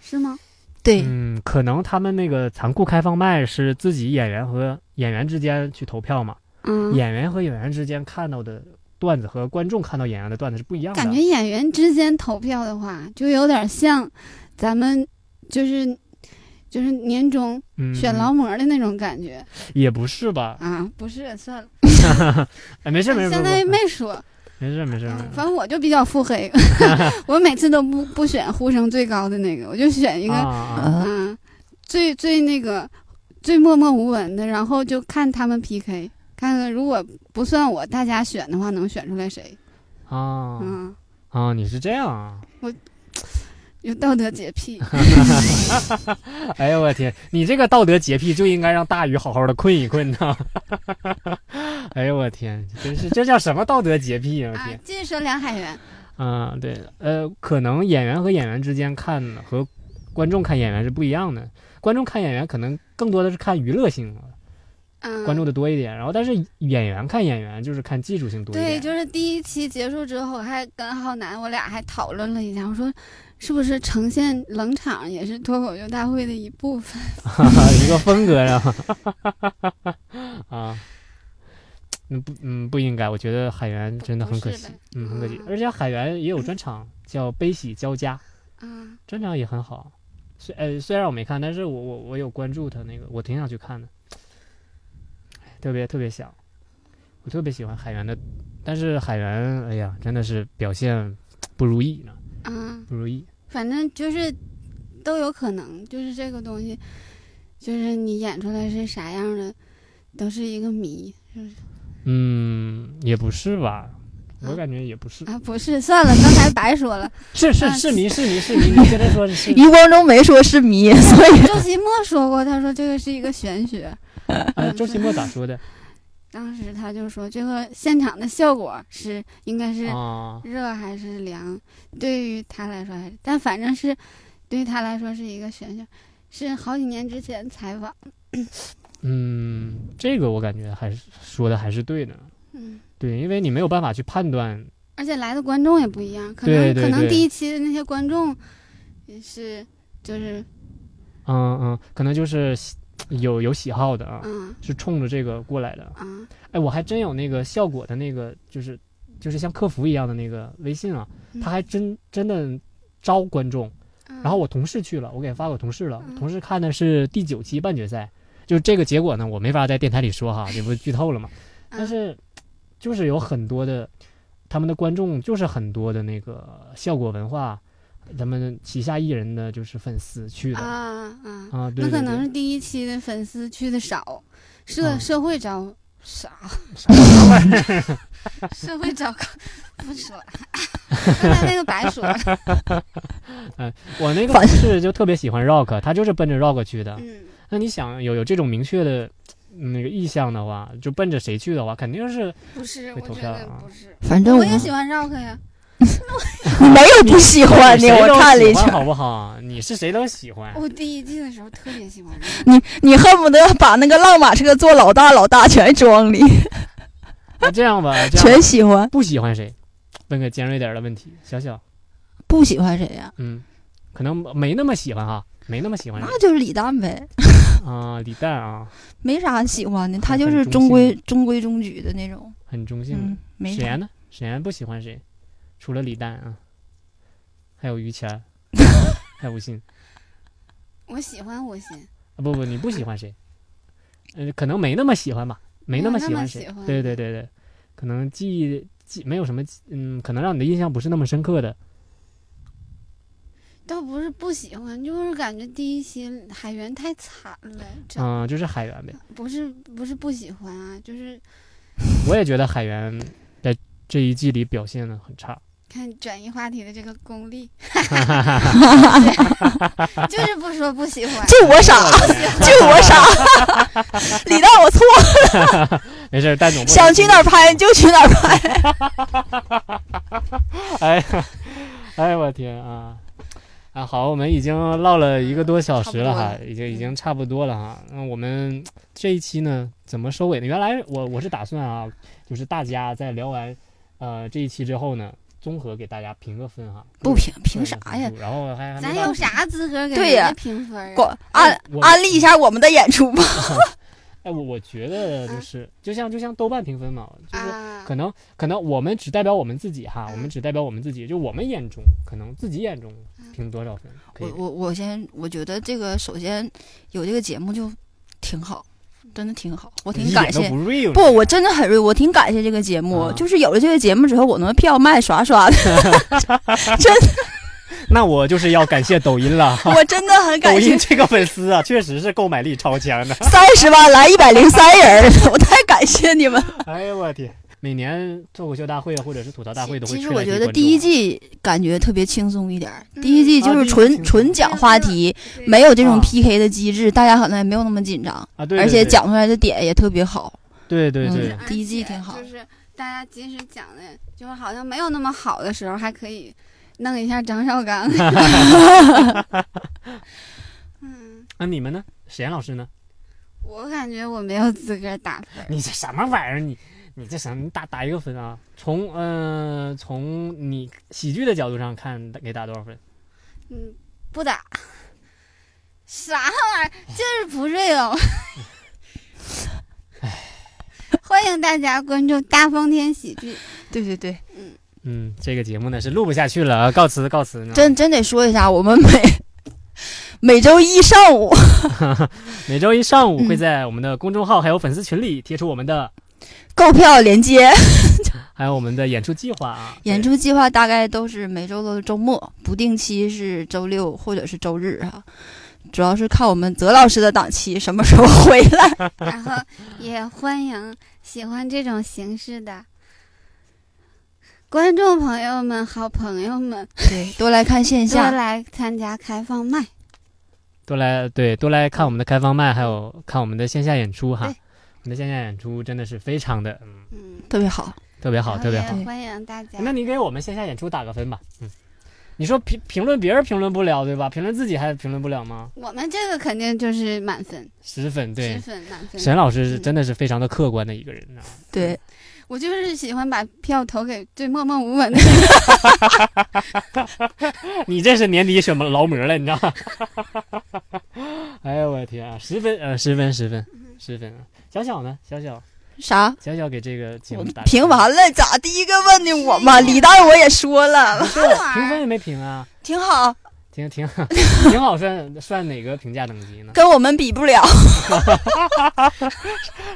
Speaker 5: 是吗？
Speaker 4: 对，
Speaker 3: 嗯，可能他们那个残酷开放麦是自己演员和演员之间去投票嘛，
Speaker 5: 嗯，
Speaker 3: 演员和演员之间看到的段子和观众看到演员的段子是不一样的。
Speaker 5: 感觉演员之间投票的话，就有点像咱们就是就是年终
Speaker 3: 嗯
Speaker 5: 选劳模的那种感觉、
Speaker 3: 也不是 吧？
Speaker 5: 啊。不是，算了，
Speaker 3: 哎，没事没事，
Speaker 5: 相当于没说。
Speaker 3: 没事没事没
Speaker 5: 嗯
Speaker 3: 事。
Speaker 5: 反正我就比较腹黑，我每次都不不选呼声最高的那个，我就选一个
Speaker 3: 啊啊
Speaker 4: 啊，
Speaker 5: 嗯，最最那个最默默无闻的，然后就看他们 PK，看看如果不算我，大家选的话能选出来谁？
Speaker 3: 啊
Speaker 5: 嗯，
Speaker 3: 啊，你是这样啊？
Speaker 5: 有道德洁 癖，
Speaker 3: 哎呦我天，你这个道德洁癖就应该让大宇好好的困一困呐！ 哎呦我天，真是这叫什么道德洁癖呀、我
Speaker 5: 啊
Speaker 3: 天，，
Speaker 5: 近水两海远，
Speaker 3: 啊、对，呃，可能演员和演员之间看和观众看演员是不一样的，观众看演员可能更多的是看娱乐性，啊
Speaker 5: 嗯，
Speaker 3: 关注的多一点，然后但是演员看演员就是看技术性多一
Speaker 5: 对，
Speaker 3: 点，
Speaker 5: 就是第一期结束之后，我还跟浩南我俩还讨论了一下，我说是不是呈现冷场也是脱口秀大会的一部分？
Speaker 3: 一个风格上，啊，嗯不嗯不应该，我觉得海源真的很可惜
Speaker 5: 不是呗，
Speaker 3: 嗯很可惜
Speaker 5: 嗯，
Speaker 3: 而且海源也有专场叫《悲喜交加》，
Speaker 5: 啊，
Speaker 3: 专场也很好，虽呃虽然我没看，但是我我我有关注他那个，我挺想去看的，哎特别特别想，我特别喜欢海源的，但是海源哎呀真的是表现不如意呢，
Speaker 5: 嗯，
Speaker 3: 不如意。
Speaker 5: 反正就是都有可能，就是这个东西，就是你演出来是啥样的，都是一个谜，是不是？
Speaker 3: 嗯，也不是吧，我
Speaker 5: 啊
Speaker 3: 感觉也不是，
Speaker 5: 啊，不是，算了，刚才白说了，
Speaker 3: 是是
Speaker 5: 啊
Speaker 3: 是迷是迷是迷，你跟他说 是
Speaker 4: 余光中没说是迷，所以
Speaker 5: 周奇墨说过，他说这个是一个玄学，
Speaker 3: 呃，周奇墨咋说 的
Speaker 5: 当时他就说这个现场的效果是应该是
Speaker 3: 啊？
Speaker 5: 热还是凉，对于他来说还是，但反正是对于他来说是一个选项，是好几年之前采访，
Speaker 3: 嗯，这个我感觉还是说的还是对的，
Speaker 5: 嗯，
Speaker 3: 对，因为你没有办法去判断，
Speaker 5: 而且来的观众也不一样，可能
Speaker 3: 对对
Speaker 5: 可能
Speaker 3: 对
Speaker 5: 第一期的那些观众也是就是
Speaker 3: 嗯嗯，可能就是喜有有喜好的啊，
Speaker 5: 嗯
Speaker 3: 是冲着这个过来的。
Speaker 5: 啊
Speaker 3: 哎，我还真有那个效果的那个，就是就是像客服一样的那个微信啊，他还真真的招观众。
Speaker 5: 嗯
Speaker 3: 然后我同事去了，我给发给我同事了。
Speaker 5: 嗯
Speaker 3: 同事看的是第九期半决赛，就是这个结果呢，我没法在电台里说 哈，这不是剧透了吗？但
Speaker 5: 嗯
Speaker 3: 是就是有很多的他们的观众，就是很多的那个效果文化，咱们旗下艺人的就是粉丝去的
Speaker 5: 啊啊，
Speaker 3: 啊对
Speaker 5: 那可
Speaker 3: 对
Speaker 5: 能
Speaker 3: 对
Speaker 5: 是第一期的粉丝去的少，社、
Speaker 3: 啊
Speaker 5: 社会招 少，社会招不说了，刚才那个白说了，
Speaker 3: 我那个
Speaker 4: 反
Speaker 3: 同事就特别喜欢 rock，他就是奔着 rock 去的。
Speaker 5: 嗯
Speaker 3: 那你想有有这种明确的嗯那个意向的话，就奔着谁去的话，肯定是
Speaker 5: 不是，
Speaker 3: 会
Speaker 5: 我
Speaker 3: 投
Speaker 5: 觉
Speaker 3: 票
Speaker 5: 得
Speaker 3: 啊
Speaker 5: 不是，
Speaker 4: 反正
Speaker 5: 我
Speaker 4: 我
Speaker 5: 也喜欢 rock 呀。
Speaker 4: 没有不喜欢的，
Speaker 3: 谁
Speaker 4: 我
Speaker 3: 都
Speaker 4: 看了一
Speaker 3: 喜欢
Speaker 4: 圈。
Speaker 3: 好不好？你是谁都喜欢。
Speaker 5: 我第一季的时候特别喜欢这个，
Speaker 4: 你你恨不得把那个浪马车做老大，老大全装里，
Speaker 3: 那这样吧，这样吧
Speaker 4: 全喜欢。
Speaker 3: 不喜欢谁？问个尖锐点儿的问题，小小，
Speaker 4: 不喜欢谁呀、
Speaker 3: 嗯，可能没那么喜欢哈，没那么喜欢谁
Speaker 4: 那就是李诞呗，
Speaker 3: 啊，李诞啊，
Speaker 4: 没啥喜欢的，他
Speaker 3: 很
Speaker 4: 就是
Speaker 3: 中
Speaker 4: 中
Speaker 3: 性
Speaker 4: 规中规中矩的那种。
Speaker 3: 很中性的。
Speaker 4: 嗯，没
Speaker 3: 沈
Speaker 4: 啥。
Speaker 3: 岩呢？沈岩不喜欢谁？除了李诞啊，还有于谦儿， 还有吴昕。
Speaker 5: 我喜欢吴昕，
Speaker 3: 啊，不不，你不喜欢谁？呃，可能没那么喜欢吧，没那么喜欢谁。
Speaker 5: 没有那么喜欢
Speaker 3: 对对对对，可能记忆记没有什么记，嗯，可能让你的印象不是那么深刻的。
Speaker 5: 倒不是不喜欢，就是感觉第一期海源太惨了，这、
Speaker 3: 嗯、就是海源呗。
Speaker 5: 不是不是不喜欢啊，就是
Speaker 3: 我也觉得海源在这一季里表现的很差。
Speaker 5: 看转移话题的这个功力， 就是不说不喜欢，
Speaker 4: 就我傻，
Speaker 3: 我天
Speaker 4: 就我傻。 李诞，我错，
Speaker 3: 没事儿， 蛋总不能
Speaker 4: 想去哪儿拍就去哪儿拍。
Speaker 3: 哎 呀，哎呀我天啊！啊，好，我们已经唠了一个多小时了
Speaker 4: 差
Speaker 3: 哈
Speaker 4: 不，
Speaker 3: 已经已经差不多了哈。那我们这一期呢，怎么收尾呢？原来我我是打算啊，就是大家在聊完呃这一期之后呢，综合给大家评个分哈。
Speaker 4: 不评
Speaker 3: 个
Speaker 4: 评
Speaker 3: 人
Speaker 4: 啥
Speaker 3: 分
Speaker 4: 呀
Speaker 3: 数？然后还还没
Speaker 5: 咱
Speaker 3: 到
Speaker 5: 有啥资格给
Speaker 4: 对
Speaker 5: 人
Speaker 4: 呀
Speaker 5: 家评分啊？
Speaker 4: 广安
Speaker 3: 我
Speaker 4: 安利一下我们的演出吧。
Speaker 3: 哎，我我觉得
Speaker 4: 啊
Speaker 3: 就是就像就像豆瓣评分嘛，就是
Speaker 5: 啊
Speaker 3: 可能可能我们只代表我们自己哈，
Speaker 5: 嗯
Speaker 3: 我们只代表我们自己，就我们眼中可能自己眼中
Speaker 5: 嗯
Speaker 3: 评多少分可
Speaker 4: 我
Speaker 3: 以。
Speaker 4: 我我先，我觉得这个首先有这个节目就挺好，真的挺好，我挺
Speaker 3: 一
Speaker 4: 感
Speaker 3: 点都
Speaker 4: 谢。
Speaker 3: 不 real
Speaker 4: 不，我真的很锐，我挺感谢这个节目，
Speaker 3: 啊
Speaker 4: 就是有了这个节目之后，我能票卖刷 刷的，
Speaker 3: 那我就是要感谢抖音了。
Speaker 4: 我真的很
Speaker 3: 抖
Speaker 4: 感谢
Speaker 3: 音这个粉丝啊，确实是购买力超强的。
Speaker 4: 三十万来一百零三人儿，我太感谢你们了。
Speaker 3: 哎呦我天，每年脱口秀大会或者是吐槽大会都会
Speaker 4: 其实
Speaker 3: 吹来
Speaker 4: 我
Speaker 3: 一
Speaker 4: 觉
Speaker 3: 堆
Speaker 4: 得
Speaker 3: 观
Speaker 4: 第一
Speaker 3: 众啊
Speaker 4: 季感觉特别轻松一点儿，
Speaker 5: 嗯
Speaker 4: 第一季
Speaker 3: 啊
Speaker 4: 就是
Speaker 3: 第一季
Speaker 4: 纯
Speaker 3: 轻松
Speaker 4: 纯讲话题，
Speaker 5: 对
Speaker 4: 没有这种
Speaker 3: 啊
Speaker 4: PK 的机制，大家可能也没有那么紧张，
Speaker 3: 啊，对，
Speaker 4: 而
Speaker 3: 对
Speaker 4: 且
Speaker 3: 对
Speaker 4: 讲出来的点也特 别好。
Speaker 3: 对对
Speaker 4: 嗯
Speaker 3: 对，
Speaker 5: 而
Speaker 4: 第一季
Speaker 5: 且
Speaker 4: 挺好
Speaker 5: 就是大家即使讲的，就是好像没有那么好的时候，还可以弄一下张绍刚。 嗯，
Speaker 3: 那、你们呢？史岩老师呢？
Speaker 5: 我感觉我没有资格打分儿。
Speaker 3: 你这什么玩意儿？你你这什么？你打打一个分啊？从嗯、呃从你喜剧的角度上看，给打多少分？
Speaker 5: 嗯，不打。 啥玩意儿？就是不对哦。 欢迎大家关注大风天喜剧。
Speaker 4: 对对对，
Speaker 3: 嗯，这个节目呢是录不下去了啊，告辞告辞呢。
Speaker 4: 真真得说一下，我们每每周一上午
Speaker 3: 每周一上午会
Speaker 4: 嗯
Speaker 3: 在我们的公众号还有粉丝群里贴出我们的，
Speaker 4: 购票连接
Speaker 3: 还有我们的演出计划啊。
Speaker 4: 演
Speaker 3: 对
Speaker 4: 出计划，大概都是每周的周末，不定期是周六或者是周日哈、主要是看我们泽老师的档期什么时候回来。
Speaker 5: 然后也欢迎喜欢这种形式的观众朋友们、好朋友们
Speaker 4: 对，多来看线
Speaker 3: 啊
Speaker 5: 多
Speaker 4: 下。
Speaker 5: 来参加开放麦。
Speaker 3: 多来对多来看我们的开放麦，还有看我们的线下演出哈
Speaker 5: 对。
Speaker 3: 我们的线下演出真的是非常的嗯
Speaker 5: 嗯，
Speaker 4: 特别好，
Speaker 3: 特别好，特别好。
Speaker 5: 也欢迎大家。
Speaker 3: 哎那你给我们线下演出打个分吧。嗯，你说评评论别人评论不了对吧？评论自己还评论不了吗？
Speaker 5: 我们这个肯定就是满分，
Speaker 3: 十分
Speaker 5: 十
Speaker 3: 对。
Speaker 5: 分满分。
Speaker 3: 沈老师是
Speaker 5: 嗯
Speaker 3: 真的是非常的客观的一个人啊。
Speaker 4: 对，
Speaker 5: 我就是喜欢把票投给对默默无闻的人。
Speaker 3: 你这是年底选劳模了，你知道吗？哎呦我的天啊，十分呃，十分十分
Speaker 4: 嗯
Speaker 3: 十分啊！小小呢？小小
Speaker 4: 啥？
Speaker 3: 小小给这个节目
Speaker 4: 我
Speaker 3: 打个
Speaker 4: 评
Speaker 3: 分，
Speaker 4: 完了，咋第一个问的我
Speaker 5: 啊
Speaker 4: 嘛？李诞我也说了，
Speaker 3: 是 评分也没评啊，
Speaker 4: 挺好，
Speaker 3: 挺挺 挺好算算哪个评价等级呢？
Speaker 4: 跟我们比不了。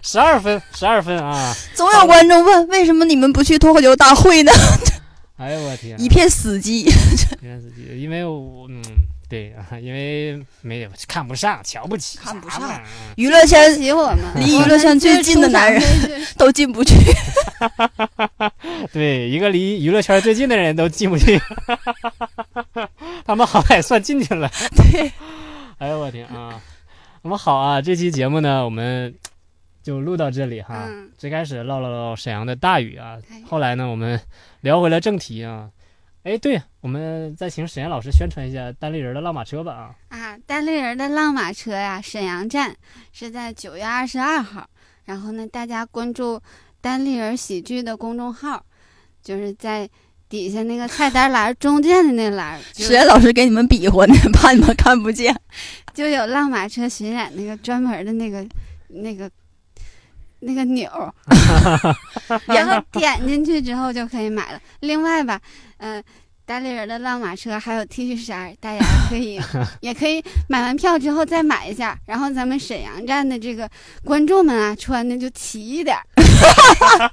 Speaker 3: 十二分，十二分啊！
Speaker 4: 总有观众问，为什么你们不去脱口秀大会呢？
Speaker 3: 哎呦我的天、啊，
Speaker 4: 一片死寂。
Speaker 3: 原谅自己，因为我嗯，对啊，因为没有嗯看不上，瞧不起，
Speaker 4: 看不
Speaker 3: 啥
Speaker 4: 上
Speaker 3: 玩意儿啊
Speaker 4: 娱乐
Speaker 5: 珍
Speaker 4: 圈
Speaker 5: 惜我们，
Speaker 4: 离娱乐圈最近的男人
Speaker 5: 我们就是出场就是
Speaker 4: 都进不去，
Speaker 3: 啊。对，一个离娱乐圈最近的人都进不去， 他们好歹算进去了。
Speaker 4: 对，
Speaker 3: 哎呦我天啊！那么好啊，这期节目呢，我们就录到这里哈。
Speaker 5: 嗯
Speaker 3: 最开始唠了唠沈阳的大雨啊
Speaker 5: 哎，
Speaker 3: 后来呢，我们聊回了正题啊。哎，对，我们再请沈阳老师宣传一下单立人的浪马车吧啊。
Speaker 5: 啊，单立人的浪马车呀、沈阳站是在九月二十二号。然后呢，大家关注单立人喜剧的公众号，就是在底下那个菜单栏儿中间的那栏儿，就
Speaker 4: 实验老师给你们比划呢，怕你们看不见。
Speaker 5: 就有浪马车巡演那个专门的那个那个那个钮 儿，然后点进去之后就可以买了。另外吧，嗯、单立人的浪马车还有 T 恤衫儿，大家可 以也可以买完票之后再买一下。然后咱们沈阳站的这个观众们啊，穿的就齐一点儿。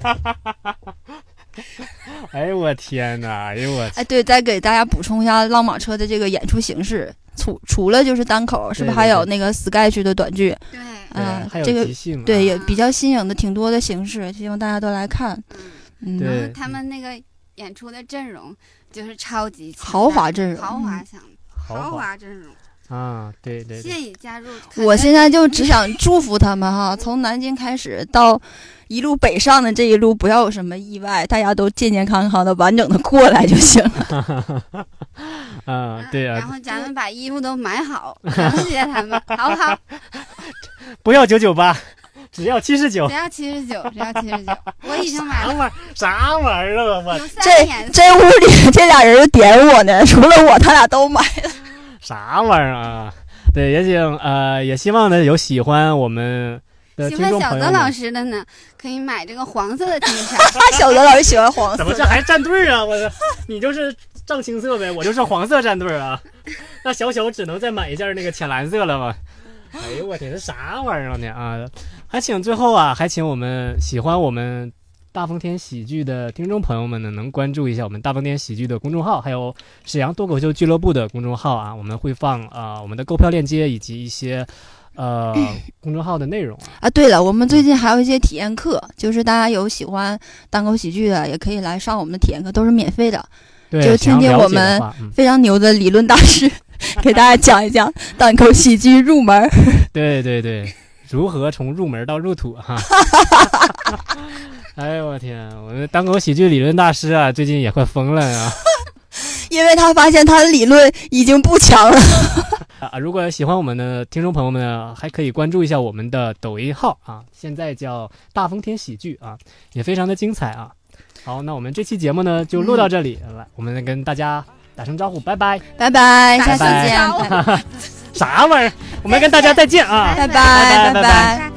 Speaker 3: 哎呦我天哪！哎呦我
Speaker 4: 哎，对，再给大家补充一下浪马车的这个演出形式，除除了就是单口，是
Speaker 3: 对
Speaker 4: 不是
Speaker 3: 对
Speaker 4: 还有
Speaker 3: 对
Speaker 4: 那个 sketch 的短剧？
Speaker 5: 对，
Speaker 3: 对
Speaker 4: 啊
Speaker 3: 还有
Speaker 4: 这个
Speaker 3: 即兴啊
Speaker 4: 对，也比较新颖的，挺多的形式，希望大家都来看。嗯，
Speaker 3: 对
Speaker 5: 然后他们那个演出的阵容就是超级强
Speaker 4: 豪华
Speaker 5: 大
Speaker 4: 阵容
Speaker 5: 豪华强，
Speaker 3: 豪华
Speaker 5: 华阵容，
Speaker 3: 啊，对对对，
Speaker 5: 现已加入。
Speaker 4: 我现在就只想祝福他们哈，从南京开始到一路北上的这一路，不要有什么意外，大家都健健康康的、完整的过来就行了。
Speaker 3: 啊，对
Speaker 5: 嗯然
Speaker 3: 啊，
Speaker 5: 后咱们把衣服都买好，感谢他们，好不 好？
Speaker 3: 不要九九八，只要七十九
Speaker 5: 只，要七十九，只要七十九，我已经买
Speaker 3: 啥
Speaker 5: 了，
Speaker 3: 玩意儿？啥玩意儿啊！我
Speaker 5: 有三年。
Speaker 4: 这屋里这俩人点我呢，除了我，他俩都 买。
Speaker 3: 啥玩意儿啊？对，也请呃，也希望呢有喜欢我们的
Speaker 5: 喜
Speaker 3: 听
Speaker 5: 欢
Speaker 3: 众
Speaker 5: 小
Speaker 3: 朋
Speaker 5: 泽
Speaker 3: 友
Speaker 5: 老
Speaker 3: 们。
Speaker 5: 师的呢，可以买这个黄色的 T 恤。
Speaker 4: 他小泽老师喜欢黄
Speaker 3: 怎么
Speaker 4: 色
Speaker 3: 这
Speaker 4: 的，
Speaker 3: 还站队儿啊？我操，你就是藏青色呗，我就是黄色站队儿啊。那小小只能再买一件那个浅蓝色了吧？哎呦我天，这啥玩意儿啊你啊！还请最后啊，还请我们喜欢我们大风天喜剧的听众朋友们呢，能关注一下我们大风天喜剧的公众号，还有沈阳脱口秀俱乐部的公众号啊，我们会放啊、呃我们的购票链接以及一些。 呃公众号的内容啊。
Speaker 4: 啊，对了，我们最近还有一些体验课，就是大家有喜欢单口喜剧的，也可以来上我们的体验课，都是免费的。
Speaker 3: 对，
Speaker 4: 就
Speaker 3: 想要
Speaker 4: 听听
Speaker 3: 了
Speaker 4: 我
Speaker 3: 解的
Speaker 4: 们
Speaker 3: 话嗯
Speaker 4: 非常牛的理论大师给大家讲一讲单口喜剧入门儿。
Speaker 3: 对对对，如何从入门到入土哈。哎呦我天，我们单口喜剧理论大师啊，最近也快疯了啊！
Speaker 4: 因为他发现他的理论已经不强了。
Speaker 3: 啊，如果喜欢我们的听众朋友们呢，还可以关注一下我们的抖音号啊，现在叫大风天喜剧啊，也非常的精彩啊。好，那我们这期节目呢就录到这里，来，我们跟大家打声招呼，拜拜。
Speaker 4: 拜拜，
Speaker 5: 打
Speaker 4: 下次
Speaker 3: 算
Speaker 4: 见，
Speaker 5: 招呼
Speaker 3: 啥玩意儿？我们跟大家再见啊！
Speaker 4: 拜
Speaker 5: 拜拜
Speaker 3: 拜
Speaker 4: 拜
Speaker 3: 拜
Speaker 4: 拜。
Speaker 5: 拜